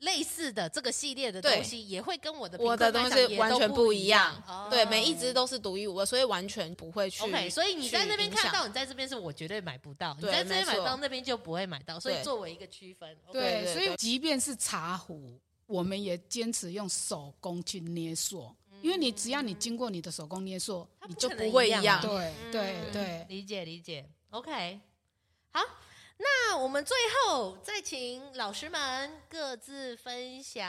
Speaker 2: 类似的这个系列的
Speaker 3: 对
Speaker 2: 东西，也会跟我的
Speaker 3: 我的
Speaker 2: 评
Speaker 3: 东
Speaker 2: 分卖场
Speaker 3: 西
Speaker 2: 也
Speaker 3: 完
Speaker 2: 都
Speaker 3: 全
Speaker 2: 不
Speaker 3: 一
Speaker 2: 样
Speaker 3: 样。，对，
Speaker 2: 哦
Speaker 3: 每一只都是独一无二，所以完全不会去。
Speaker 2: OK，所以你在那边
Speaker 3: 去影
Speaker 2: 看
Speaker 3: 响
Speaker 2: 到，你在这边是我绝对买不到，你
Speaker 3: 对
Speaker 2: 在这边
Speaker 3: 没
Speaker 2: 买
Speaker 3: 错
Speaker 2: 到，那边就不会买到，所以
Speaker 3: 对
Speaker 2: 作为一个区分，OK，
Speaker 3: 对对
Speaker 1: 所以
Speaker 3: 对
Speaker 1: 即便是茶壶，我们也坚持用手工去捏塑，因为你只要你经过你的手工捏塑，
Speaker 2: 它
Speaker 1: 你
Speaker 2: 嗯不
Speaker 1: 就
Speaker 2: 可
Speaker 1: 不
Speaker 2: 能
Speaker 3: 不会
Speaker 2: 一
Speaker 3: 一样
Speaker 2: 啊
Speaker 1: 对对
Speaker 2: 嗯
Speaker 1: 对
Speaker 2: 理解理解，OK，好。那我们最后再请老师们各自分享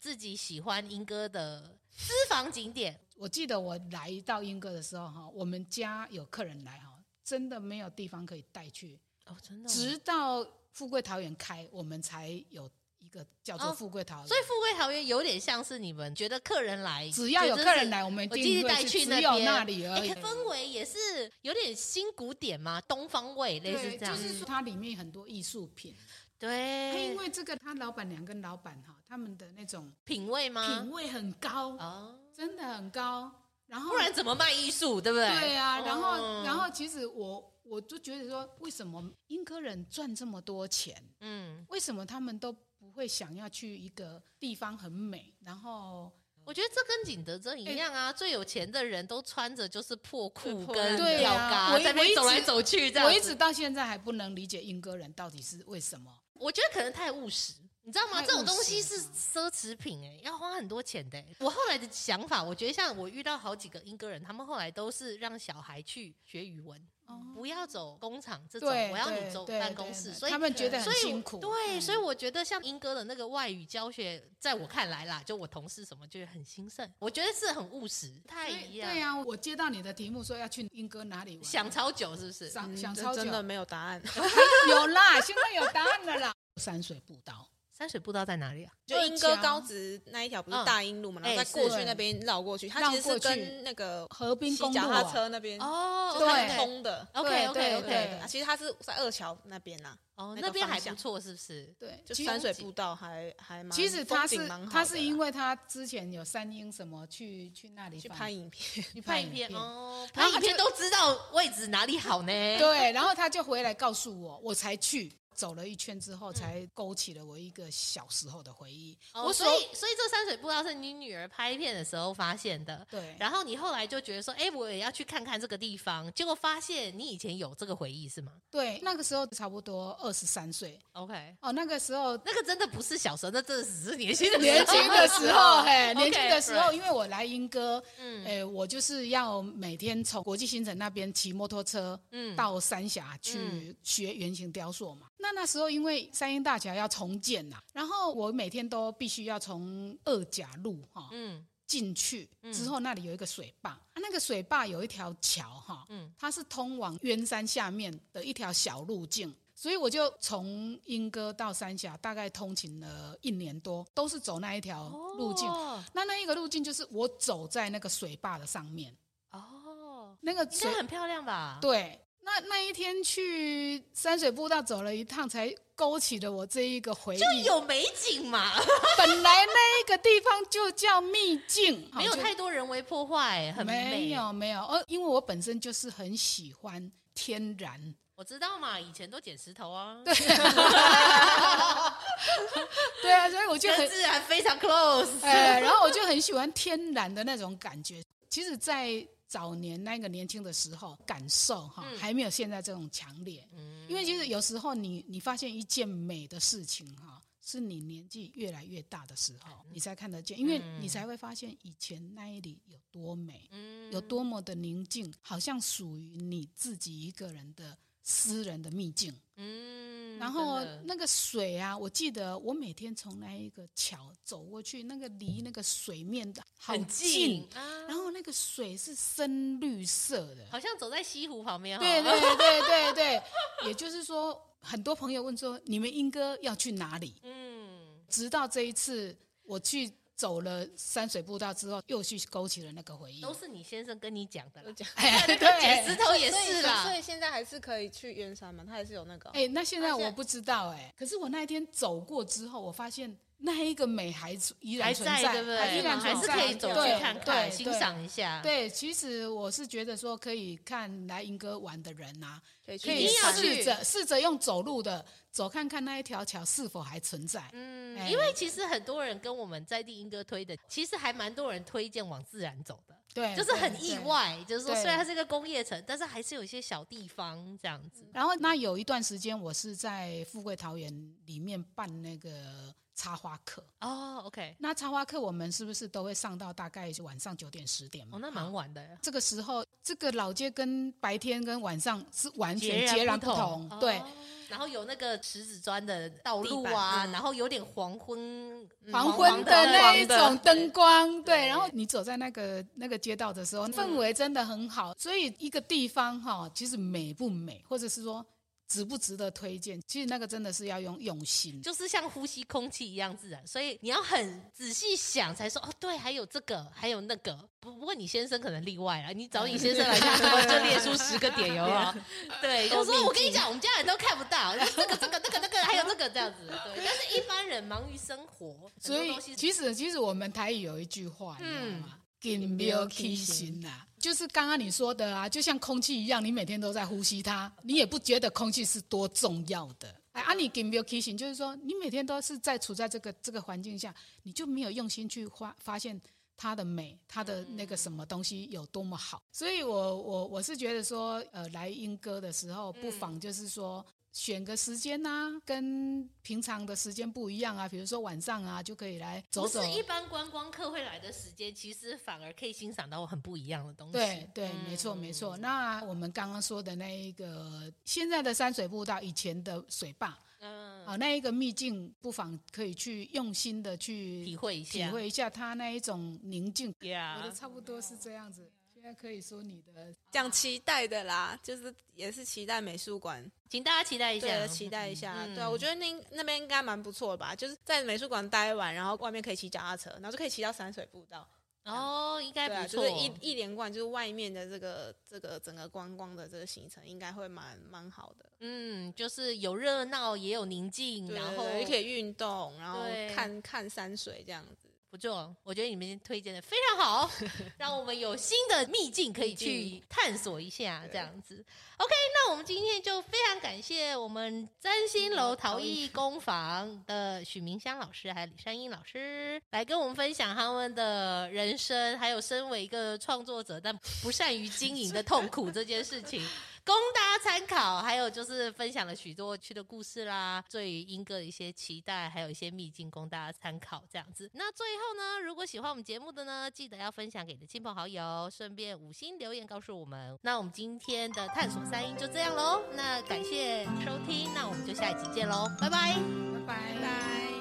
Speaker 2: 自己喜欢英歌的私房景点。
Speaker 1: 我记得我来到英哥的时候哈，我们家有客人来哈，真的没有地方可以带去，
Speaker 2: 哦，真的
Speaker 1: 直到富贵桃园开，我们才有一个叫
Speaker 2: 哦
Speaker 1: 做富贵桃园。
Speaker 2: 所以富贵桃园有点像是你们觉得客人来，
Speaker 1: 只要有
Speaker 2: 觉得
Speaker 1: 客
Speaker 2: 是
Speaker 1: 人来，我们一
Speaker 2: 我记
Speaker 1: 定
Speaker 2: 得带
Speaker 1: 会
Speaker 2: 去
Speaker 1: 去，
Speaker 2: 那
Speaker 1: 只有
Speaker 2: 边
Speaker 1: 那里而
Speaker 2: 哎
Speaker 1: 已。
Speaker 2: 氛围也是有点新古典嘛，东方味类似
Speaker 1: 对，就
Speaker 2: 这样。
Speaker 1: 是说它里面很多艺术品，它
Speaker 2: 对，
Speaker 1: 因为这个，他老板娘跟老板哈，他们的那种
Speaker 2: 品味吗？
Speaker 1: 品味很高，啊
Speaker 2: 哦，
Speaker 1: 真的很高。然后
Speaker 2: 不然怎么卖艺术？对不对？
Speaker 1: 对啊，然后、
Speaker 2: 嗯
Speaker 1: 然后其实我我就觉得说，为什么英科人赚这么多钱，
Speaker 2: 嗯，
Speaker 1: 为什么他们都不会想要去一个地方很美，然后
Speaker 2: 我觉得这跟景德镇一样啊，最有钱的人都穿着就是破裤
Speaker 3: 破
Speaker 2: 跟
Speaker 3: 烂
Speaker 1: 的
Speaker 2: 吊嘎，
Speaker 1: 对啊
Speaker 2: 在那
Speaker 1: 我
Speaker 2: 边
Speaker 1: 一
Speaker 2: 走来
Speaker 1: 直
Speaker 2: 走去这样
Speaker 1: 我
Speaker 2: 子。
Speaker 1: 一直到现在还不能理解英哥人到底是为什么。
Speaker 2: 我觉得可能太务实，你知道吗？
Speaker 1: 太务
Speaker 2: 这种东西
Speaker 1: 实
Speaker 2: 是
Speaker 1: 了
Speaker 2: 奢侈品、哎，要花很多钱的、哎我后来的想法，我觉得像我遇到好几个英哥人，他们后来都是让小孩去学语文，
Speaker 1: 哦，
Speaker 2: 不要走工厂这种，
Speaker 1: 对，
Speaker 2: 我要你
Speaker 1: 对
Speaker 2: 走
Speaker 1: 对
Speaker 2: 办
Speaker 1: 对
Speaker 2: 公室，
Speaker 1: 对
Speaker 2: 所以
Speaker 1: 他。们觉得
Speaker 2: 所
Speaker 1: 很
Speaker 2: 以
Speaker 1: 辛苦。
Speaker 2: 对，
Speaker 1: 嗯
Speaker 2: 所以我觉得像英哥的那个外语教学，在我看来啦，就我同事什么就是很兴盛，我觉得是很务实，太
Speaker 1: 所以
Speaker 2: 一样，
Speaker 1: 对呀、啊，我接到你的题目说要去英哥哪里玩，
Speaker 2: 想超久是不是？
Speaker 1: 想
Speaker 3: 嗯
Speaker 1: 想
Speaker 3: 这
Speaker 1: 超久
Speaker 3: 真的没有答案，
Speaker 1: 有啦，现在有答案了啦。山水步道，
Speaker 2: 山水步道在哪里啊？
Speaker 3: 就
Speaker 1: 二
Speaker 3: 莺歌
Speaker 1: 桥
Speaker 3: 高职那一条不
Speaker 2: 嗯
Speaker 3: 是大英路嘛，然
Speaker 2: 哎
Speaker 3: 后再过
Speaker 1: 是
Speaker 3: 去那边绕过去，它
Speaker 1: 绕
Speaker 3: 其实
Speaker 1: 过
Speaker 3: 是
Speaker 1: 去
Speaker 3: 跟那个
Speaker 1: 河滨
Speaker 3: 骑
Speaker 1: 公路、
Speaker 3: 脚踏
Speaker 1: 啊、
Speaker 3: 车那边
Speaker 2: 哦
Speaker 3: 就
Speaker 1: 对
Speaker 3: 它是通的。
Speaker 2: ，OK
Speaker 1: 对
Speaker 2: OK
Speaker 1: 对
Speaker 2: OK，
Speaker 1: 对
Speaker 3: 啊其实它是在二桥那边啦，
Speaker 2: 哦，
Speaker 3: 那
Speaker 2: 那
Speaker 3: 个
Speaker 2: 边
Speaker 3: 方
Speaker 2: 还不
Speaker 3: 向
Speaker 2: 错，是不是？
Speaker 1: 对，
Speaker 3: 就
Speaker 1: 其
Speaker 3: 山水
Speaker 1: 实
Speaker 3: 步道还还蛮，
Speaker 1: 其实他
Speaker 3: 风景
Speaker 1: 是
Speaker 3: 蛮好的啦
Speaker 1: 他是因为他之前有三英什么去去那里
Speaker 3: 去
Speaker 1: 访
Speaker 3: 拍影片，
Speaker 1: 去
Speaker 2: 拍
Speaker 1: 拍
Speaker 2: 影片哦，
Speaker 1: 然
Speaker 2: 拍
Speaker 1: 后
Speaker 2: 影
Speaker 1: 他就
Speaker 2: 片都知道位置哪里好呢。
Speaker 1: 对，然后他就回来告诉我，我才去。走了一圈之
Speaker 3: 嗯
Speaker 1: 后，才勾起了我一个小时候的回忆。
Speaker 2: 哦，
Speaker 1: 我
Speaker 2: 所以所以这山水步道是你女儿拍片的时候发现的。
Speaker 1: 对，
Speaker 2: 然后你后来就觉得说，哎，我也要去看看这个地方。结果发现你以前有这个回忆是吗
Speaker 1: 对，那个时候差不多二十三岁
Speaker 2: ？OK，
Speaker 1: 哦，那个时候
Speaker 2: 那个真的不是小时候，那真的只是年轻的时候
Speaker 1: 年轻的时 候，嘿，
Speaker 2: OK，
Speaker 1: 年轻的时候，
Speaker 2: right
Speaker 1: 因为我来英歌，
Speaker 2: 嗯
Speaker 1: 诶，我就是要每天从国际新城那边骑摩托车
Speaker 2: 嗯，
Speaker 1: 到三峡去
Speaker 2: 嗯
Speaker 1: 学圆形雕塑嘛。那那时候因为三英大桥要重建呐、然后我每天都必须要从二甲路哈、
Speaker 2: 嗯
Speaker 1: 进去，之后那里有一个水坝，啊那个水坝有一条桥哈、
Speaker 2: 嗯
Speaker 1: 它是通往鸳山下面的一条小路径。所以我就从莺歌到三峡，大概通勤了一年多，都是走那一条路径。
Speaker 2: 哦
Speaker 1: 那那一个路径就是我走在那个水坝的上面，
Speaker 2: 哦，
Speaker 1: 那个
Speaker 2: 应
Speaker 1: 水
Speaker 2: 该很漂亮吧？
Speaker 1: 对，那那一天去山水步道走了一趟，才勾起了我这一个回忆。
Speaker 2: 有 美景嘛，
Speaker 1: 本来那一个地方就叫秘境，
Speaker 2: 没有
Speaker 1: 就
Speaker 2: 太多人为破坏，很美。
Speaker 1: 没有没有，呃，因为我本身就是很喜欢天 然，
Speaker 2: 我知道嘛，以前都捡石头啊，
Speaker 1: 对， 对啊，所以我就很
Speaker 2: 跟自然非常 close。
Speaker 1: 哎，然后我就很喜欢天然的那种感觉。其实，在早年那个年轻的时候，感受哈、
Speaker 2: 嗯
Speaker 1: 还没有现在这种强烈。因为其实有时候你你发现一件美的事情哈，是你年纪越来越大的时候，你才看得见，因为你才会发现以前那里有多美，
Speaker 2: 嗯
Speaker 1: 有多么的宁静，好像属于你自己一个人的私人的秘境。
Speaker 2: 嗯
Speaker 1: 然后
Speaker 2: 真的
Speaker 1: 那个水啊，我记得我每天从那一个桥走过去，那个离那个水面的好
Speaker 2: 很
Speaker 1: 近，
Speaker 2: 啊，
Speaker 1: 然后那个水是深绿色的，
Speaker 2: 好像走在西湖旁边哦。
Speaker 1: 对对对对对，也就是说，很多朋友问说你们英哥要去哪里？
Speaker 2: 嗯，
Speaker 1: 直到这一次我去走了山水步道之后，又去勾起了那个回忆。
Speaker 2: 都是 你先生跟你讲的啦
Speaker 3: 都。讲
Speaker 1: 哎，
Speaker 2: 捡 石
Speaker 1: 对，
Speaker 2: 头也
Speaker 3: 所以
Speaker 2: 是啦
Speaker 3: 所，以现在还是可以去圆山嘛，它还是有那个哦
Speaker 1: 哎，那现在
Speaker 3: 啊现在
Speaker 1: 我不知道哎、可是我那一天走过之后，我发现那一个美还存依然
Speaker 2: 还
Speaker 1: 存
Speaker 2: 在对不对？
Speaker 1: 还依然
Speaker 2: 还
Speaker 1: 存
Speaker 2: 是
Speaker 1: 在
Speaker 2: 可以走去
Speaker 1: 对
Speaker 2: 看看、
Speaker 1: 对
Speaker 2: 欣
Speaker 1: 对
Speaker 2: 赏一啊下。
Speaker 1: 对，其实我是觉得说，可以看来莺歌玩的人啊呐、
Speaker 3: 可以去
Speaker 1: 可以
Speaker 2: 一定要去
Speaker 1: 试着试着用走路的走看看那一条桥是否还存在。
Speaker 2: 嗯，
Speaker 1: 哎
Speaker 2: 因为其实很多人跟我们在地英哥推的，其实还蛮多人推荐往自然走的，
Speaker 1: 对，
Speaker 2: 就是
Speaker 1: 哎对
Speaker 2: 很意。
Speaker 1: 对
Speaker 2: 外，就是说虽
Speaker 1: 对
Speaker 2: 然它是一个工业城，但是还是有一些小地方这样子。
Speaker 1: 然后那有一段时间，我是在富贵桃园里面办那个插花课。
Speaker 2: 哦，OK，
Speaker 1: 那插花课我们是不是都会上到大概晚上九点十点嘛？
Speaker 2: 哦，那蛮晚的，
Speaker 1: 这个时候，这个老街跟白天跟晚上是完全截
Speaker 2: 截
Speaker 1: 然
Speaker 2: 然
Speaker 1: 不同。
Speaker 2: 同。
Speaker 1: 对
Speaker 2: 哦，然后有那个石子砖的道路啊，
Speaker 3: 地板嗯
Speaker 2: 然后有点黄昏，
Speaker 1: 黄
Speaker 2: 黄
Speaker 1: 昏
Speaker 2: 的
Speaker 1: 的那
Speaker 3: 嗯黄
Speaker 1: 一
Speaker 3: 的
Speaker 1: 种灯光，
Speaker 2: 对
Speaker 1: 对，然后你走在那个那个街道的时候，氛围真的很好。所以一个地方哈、其实美不美，或者是说值不值得推荐，其实那个真的是要用用心。
Speaker 2: 就是像呼吸空气一样自然，所以你要很仔细想才说哦，对，还有这个，还有那个。不不过你先生可能例外啊，你找你先生来看，就就列出十个点，有 没有？对，就说我跟你讲，我们家人都看不到，这个这个那个那个，还有这个这样子。对，但是一般人忙于生活，很多
Speaker 1: 所以
Speaker 2: 东西嗯
Speaker 1: 其实其实我们台语有一句话，你知道吗？紧
Speaker 2: 庙
Speaker 1: 庙
Speaker 2: 起
Speaker 1: 起
Speaker 2: 心
Speaker 1: 心呐、就是刚刚你说的啊，就像空气一样，你每天都在呼吸它，你也不觉得空气是多重要的。哎，啊，你紧庙起心，就是说你每天都是在处在这个这个环境下，你就没有用心去发发现它的美，它的
Speaker 2: 嗯
Speaker 1: 那个什么东西有多么好。所以我我我是觉得说，呃，来英歌的时候，不
Speaker 2: 嗯
Speaker 1: 妨就是说。选个时间呐、跟平常的时间不一样啊，比如说晚上啊，就可以来走
Speaker 2: 不
Speaker 1: 走
Speaker 2: 是。一般观光客会来的时间，其实反而可以欣赏到很不一样的东西。嗯
Speaker 1: 对对，没错没错。那我们刚刚说的那一个现在的山水步道，以前的水坝
Speaker 2: 嗯，
Speaker 1: 啊，那一个秘境，不妨可以去用心的去
Speaker 2: 体会一
Speaker 1: 体
Speaker 2: 下，
Speaker 1: 会一下它那一种宁静。我的
Speaker 2: 呀，
Speaker 1: 差不多是这样
Speaker 2: 哦
Speaker 1: 子。现在可以说你的
Speaker 3: 讲期待的啦，就是也是期待美术馆，
Speaker 2: 请大家期待一下，
Speaker 3: 对，期待一下。
Speaker 2: 嗯
Speaker 3: 对啊，我觉得那那边应该蛮不错的吧，就是在美术馆待完，然后外面可以骑脚踏车，然后就可以骑到山水步道。
Speaker 2: 哦，应该
Speaker 3: 对啊，
Speaker 2: 不
Speaker 3: 就
Speaker 2: 错。
Speaker 3: 是一一连贯，就是外面的这个这个整个观光的这个行程，应该会蛮蛮好的。
Speaker 2: 嗯，就是有热闹也有宁静，嗯
Speaker 3: 对
Speaker 2: 然
Speaker 3: 对
Speaker 2: 后
Speaker 3: 对也可以运动，然后
Speaker 2: 对
Speaker 3: 看看山水这样子。
Speaker 2: 不错。我觉得你们推荐的非常 好，让我们有新的秘境可以去探索一下，
Speaker 3: 对
Speaker 2: 这样子。OK，那我们今天就非常感谢我们占星楼
Speaker 3: 嗯
Speaker 2: 陶艺工坊的许明香老师还有李善英老师来跟我们分享他们的人生，还有身为一个创作者但不善于经营的痛苦这件事情。供大家参考。还有就是分享了许多有趣的故事啦，对于英哥的一些期待，还有一些秘境供大家参考这样子。那最后呢，如果喜欢我们节目的呢，记得要分享给你的亲朋好友，顺便五星留言告诉我们。那我们今天的探索三英就这样喽，那感谢收听，那我们就下一集见喽，拜拜。
Speaker 1: 拜拜
Speaker 3: 拜。